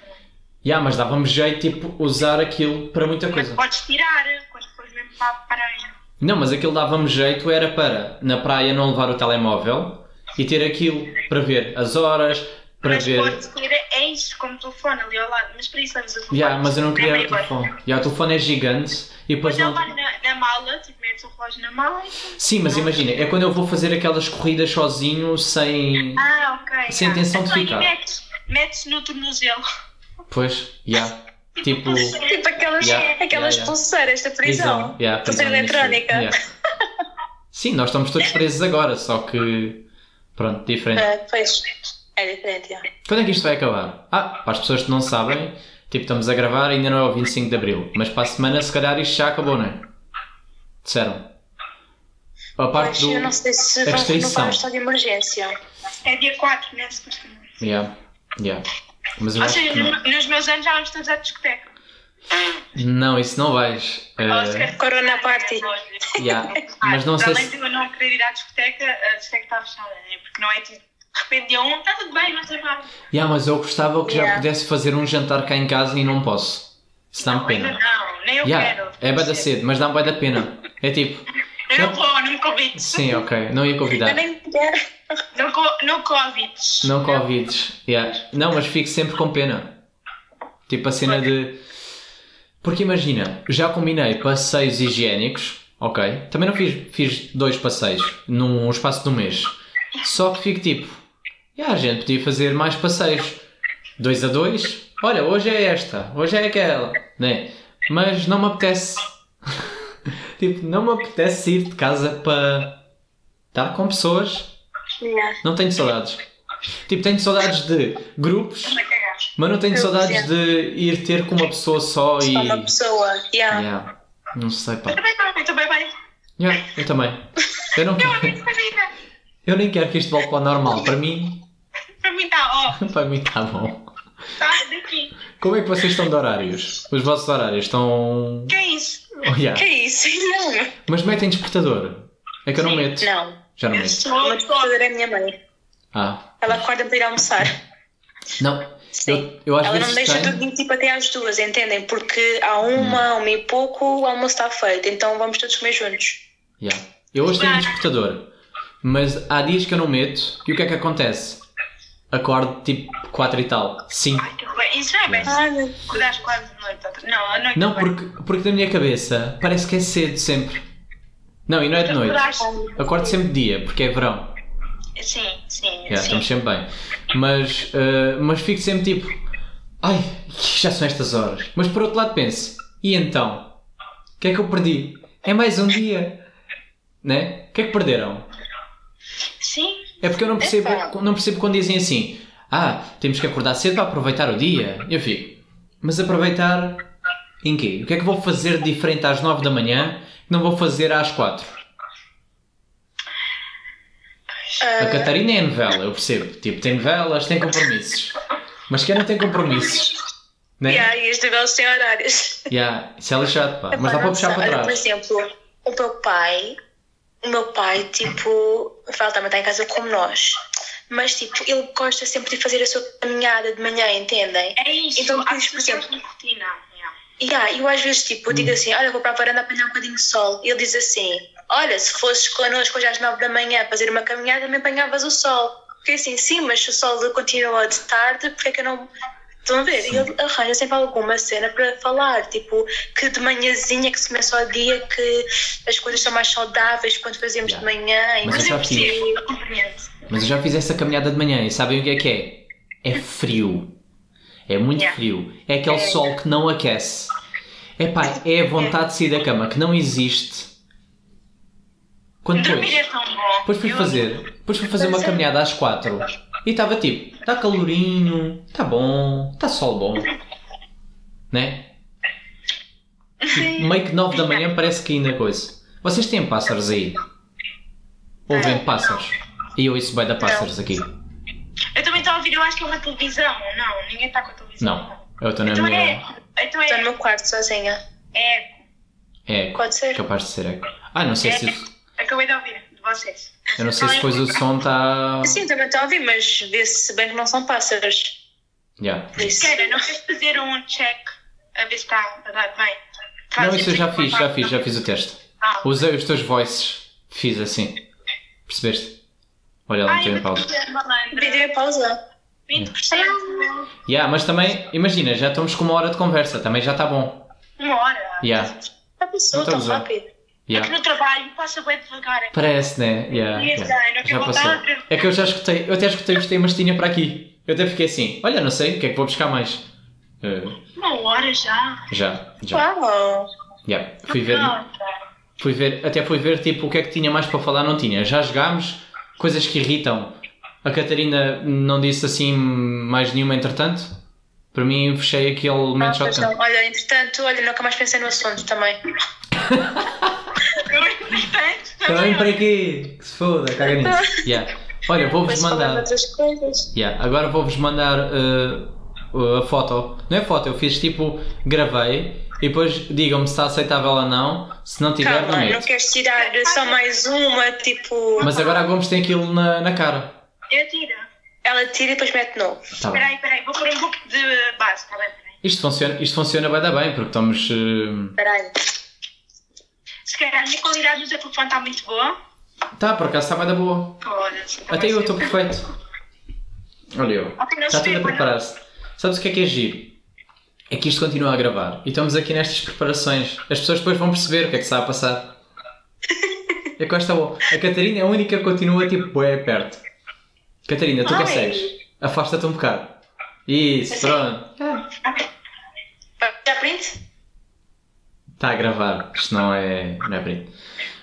Já, mas dava-me jeito, tipo, usar aquilo para muita
Mas
coisa.
podes tirar quando fores mesmo para a praia.
Não, mas aquilo dava-me jeito era para, na praia, não levar o telemóvel e ter aquilo para ver as horas, para
mas
ver.
podes ter é isto como telefone ali ao lado. Mas para isso leves o telefone.
Yeah, mas eu não queria
É
era o
bem
telefone.
bom.
Yeah, o telefone é gigante e depois
Mas
não.
ele vai na, na mala, tipo, metes o relógio na mala e...
Sim, mas imagina, é quando eu vou fazer aquelas corridas sozinho, sem.
Ah, ok.
Sem intenção de
Então, e
ficar.
Metes, metes no tornozelo. (laughs)
Pois, yeah. Tipo.
Tipo aquelas,
Yeah, yeah,
aquelas
yeah.
pulseiras da prisão.
Prisão. Yeah,
Pulseira
prisão, isso.
eletrónica.
Yeah. Sim, nós estamos todos presos agora, só que. Pronto, diferente.
Ah, pois, é diferente. yeah.
Quando é que isto vai acabar? Ah, para as pessoas que não sabem, tipo, estamos a gravar, ainda não é o 25 de Abril, mas para a semana se calhar isto já acabou, não é? Disseram. A parte
Mas
do.
eu não sei se
da
vão
restrição.
renovar o estado de emergência.
É dia 4, não é se costuma.
Yeah. Yeah. Mas eu
Ou
acho
seja,
que não.
no- nos meus anos já vamos todos à discoteca.
Não, isso não vais.
Ou
Eh,
se calhar-
Corona
(laughs)
party.
yeah.
Ah,
Mas não
para
sei
além de
se.
eu não querer ir à discoteca, a discoteca está fechada, né? Porque não é tipo, de repente dia 1, está tudo bem, não tem nada.
Yeah, mas eu gostava que já
Yeah.
pudesse fazer um jantar cá em casa e não posso. Isso dá-me
Ainda
Tá pena.
não, nem eu
Yeah,
quero.
é bada cedo, mas dá-me bué da pena. É tipo,
Eu não
Não.
vou, não me convides.
sim, ok, não ia
Eu
convidar.
nem quero.
Não, co- não convides.
Não convides. Yeah. Não, mas fico sempre com pena. Tipo a cena de. Porque imagina, já combinei passeios higiênicos, ok? Também não fiz, fiz dois passeios num espaço de um mês. Só que fico tipo, yeah, a gente podia fazer mais passeios. Dois a dois, olha, hoje é esta, hoje é aquela, né? Mas não me apetece. (laughs) tipo, não me apetece ir de casa para estar com pessoas
Yeah.
não tenho saudades. Tipo, tenho saudades de grupos,
Vai cagar.
mas não tenho
Grupos,
saudades
yeah.
de ir ter com uma pessoa só e.
Só uma pessoa. Yeah.
Yeah. Não sei, pá.
Também não, muito bem, bem.
Yeah, eu também. Eu, não quero-
Para mim, não.
eu nem quero que isto volte para o normal. Para mim, (laughs)
Para mim está, ó,
para mim está bom.
está daqui.
Como é que vocês estão de horários? Os vossos horários estão.
Que é isso?
Oh, yeah.
Que isso? (laughs) Não.
Mas metem despertador. É que eu não meto.
Não.
Já não
Eu
meto.
O
sou
meu despertador é a minha mãe.
Ah.
Ela acorda para ir almoçar.
Não.
Sim.
Eu, eu às
Ela não me
vezes
deixa
tenho.
dormir tipo até às duas, entendem? Porque à uma,
Hum.
uma e pouco, o almoço está feito. Então vamos todos comer juntos.
Yeah. Eu hoje tenho um
Claro.
despertador, mas há dias que eu não meto e o que é que acontece? Acordo tipo 4 e tal, 5.
Ai, que ruim. Isso não é bem.
Ah, meu
Acordares quase de noite. outra- Não, à noite.
Não,
bem.
porque, porque na minha cabeça parece que é cedo sempre. Não, e não é de noite.
Acordaste-
Ah,
Acordo sempre de dia, porque é verão.
Sim, sim,
Yeah,
sim.
estamos sempre bem. Mas, eh, mas fico sempre tipo, ai, já são estas horas. Mas por outro lado penso, e então? O que é que eu perdi? É mais um dia. Né? O que é que perderam?
Sim,
É porque eu não percebo,
Epá.
não percebo quando dizem assim: Ah, temos que acordar cedo para aproveitar o dia. Eu fico, mas aproveitar em quê? O que é que vou fazer de diferente às 9 da manhã que não vou fazer às 4? A Catarina é novela, eu percebo. Tipo, tem novelas, tem compromissos. Mas quem não tem compromissos? Né?
Yeah, e as novelas têm horários.
Yeah, Isso é lixado, pá. Mas dá
Epá,
para
não
puxar
sei.
para
Olha, Por
trás.
exemplo, o meu pai o meu pai, tipo, ele também está em casa como nós. Mas, tipo, ele gosta sempre de fazer a sua caminhada de manhã, entendem?
É isso,
Então, por
as pessoas
exemplo-
têm rotina. yeah.
E ah, eu às vezes, tipo,
Hum.
digo assim, olha, vou para a varanda apanhar um bocadinho de sol. E ele diz assim, olha, se fosses connosco hoje às nove da manhã fazer uma caminhada, também apanhavas o sol. Fiquei assim, sim, mas se o sol continua de tarde, porque é que eu não... Estão a ver? E Ele arranja sempre alguma cena para falar, tipo, que de manhãzinha que se começa o dia, que as coisas são mais saudáveis quando fazemos
Yeah.
de manhã.
Mas
e não
eu já
sei o quê.
Percebo, eu compreendo.
Mas eu já fiz essa caminhada de manhã e sabem o que é que é? É frio. É muito
Yeah.
frio. É aquele sol que não aquece. Epá, é a vontade de sair da cama que não existe. Quando
Dormir é
depois,
tão bom.
depois fui
Eu-
fazer, depois fui fazer uma caminhada às quatro e estava tipo, está calorinho, está bom, está sol bom. Né? Tipo, Meio que nove da manhã parece que ainda é coisa. Vocês têm pássaros aí? Ouvem pássaros? E eu isso vai dar pássaros aqui.
Eu também estou a ouvir, eu acho que é uma televisão. ou Não, ninguém está com a televisão.
Não, eu estou na
Então é.
minha.
Então
Estou no
é.
meu quarto sozinha.
É.
É,
Pode ser.
capaz de ser eco. Ah, não sei se.
Acabei de ouvir de vocês.
Eu não
Então
sei
é.
se depois o som tá está.
Sim, também estou a ouvir, mas vê-se bem que não são pássaros.
Yeah.
Por isso...
Queira, não queres fazer um check a ver se está a dar bem? Faz
Não, isso eu já
tipo,
fiz, já fiz, já fiz o teste.
Ah.
Usei os teus voices, fiz assim. Percebeste? Olha, ela
Ai,
não tem
eu
um pausa.
tô malandra.
Pedi a é pausa.
20%.
Yeah, mas também, imagina, já estamos com uma hora de conversa, também já está bom.
Uma hora.
Yeah.
A pessoa
Então
tão
usou.
rápido.
É que
Yeah.
no trabalho passa bem devagar.
Parece, né? Yeah,
Isso,
yeah.
eu não
Já
quero
passou.
voltar.
É que eu já escutei, eu até escutei os temas que tinha para aqui. Eu até fiquei assim, olha, não sei, o que é que vou buscar mais? Eh,
Uma hora já.
já, já.
Uau!
Yeah. Fui ver.
Não, tá.
Fui ver, até fui ver tipo o que é que tinha mais para falar, não tinha. Já jogámos coisas que irritam. A Catarina não disse assim mais nenhuma entretanto. Para mim fechei aquele
Ah,
momento
pois
shotgun.
não. Olha, entretanto, olha, nunca mais pensei no assunto também.
Eu entretanto,
Também
também.
para quê? Que se foda, caga nisso.
(laughs)
Yeah. Olha, vou-vos
Mas falando de
mandar.
outras coisas.
Yeah, Agora vou-vos mandar uh, a foto. Não é foto, eu fiz tipo, gravei e depois digam-me se está aceitável ou não. Se não tiver,
Calma,
não
não
meto.
queres tirar só mais uma, tipo.
Mas agora a Gomes tem aquilo na, na cara.
Eu tiro.
Ela tira e depois mete novo.
Tá bem.
Peraí, peraí, vou pôr um pouco de base, está bem? Peraí.
Isto funciona, isto funciona bem, dá bem, porque estamos. eh,
Espera aí.
Se calhar a minha qualidade do telefone está muito boa.
Tá, por acaso está bem da boa.
Foda-se, tá
Até
bem
eu
certo.
estou perfeito. Olha eu.
Ok, não
Está
se
tudo
vê,
a
pois não.
preparar-se. Sabes o que é que é giro? É que isto continua a gravar. E estamos aqui nestas preparações. As pessoas depois vão perceber o que é que está a passar. É que eu acho que está bom. A Catarina é a única que continua tipo bué perto. Catarina, tu
Ai.
consegues? Afasta-te um bocado. Isso, pronto.
Já print?
Está Tá a gravar. Isto não é. não é print.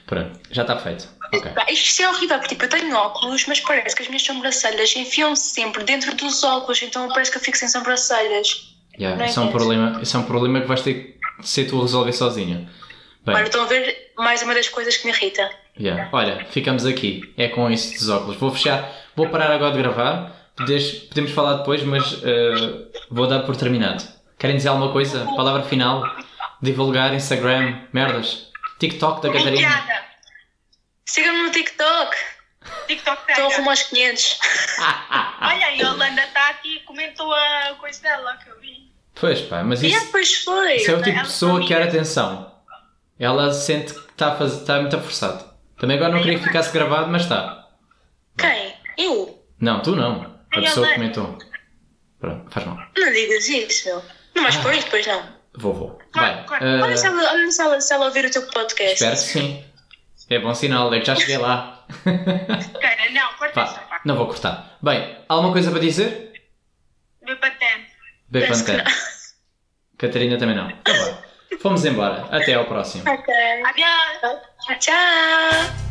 Pronto. Já está feito. Ok.
Pá, Isto é horrível, porque tipo, eu tenho óculos, mas parece que as minhas sobrancelhas enfiam-se sempre dentro dos óculos, então parece que eu fico sem sobrancelhas.
Yeah,
Não é
isso, é um
fácil.
problema, isso é um problema que vais ter que ser tu a resolver sozinha. Bem,
Olha,
yeah.
estão a ver mais uma das coisas que me irrita.
olha, ficamos aqui. É com isso dos óculos. Vou fechar, vou parar agora de gravar. Podes- podemos falar depois, mas eh, vou dar por terminado. Querem dizer alguma coisa? Palavra final? Divulgar, Instagram, merdas. TikTok da
(laughs)
Catarina.
Obrigada.
Siga-me no TikTok,
TikTok
estou
pega.
rumo aos 500.
Ah,
Olha, a Yolanda está aqui e comentou a coisa dela que eu vi.
Pois pá, mas
E
isso,
depois foi.
isso é o tipo
ela
de pessoa que
também.
quer atenção. Ela sente que está a fazer- está muito forçado. Também agora não queria que ficasse gravado, mas tá. está.
Quem? Eu?
Não, tu não. A
Ai,
pessoa que
Alberto.
comentou. Pronto, faz mal.
Não digas isso, meu. Não vais pôr isso depois, não.
Vou, vou.
Claro,
Vai.
claro.
eh,
Olha se ela, olha se ela, se ela ouvir o teu podcast.
espero que sim. É bom sinal, é que já cheguei lá.
Cara, não, corta essa
Vá,
parte.
não vou cortar. Bem, alguma coisa para dizer?
Meu patente.
Bem
Penso que
pantera. Catarina também não. Então vá. Fomos embora. Até ao próximo.
Ok.
Adeus.
Tchau.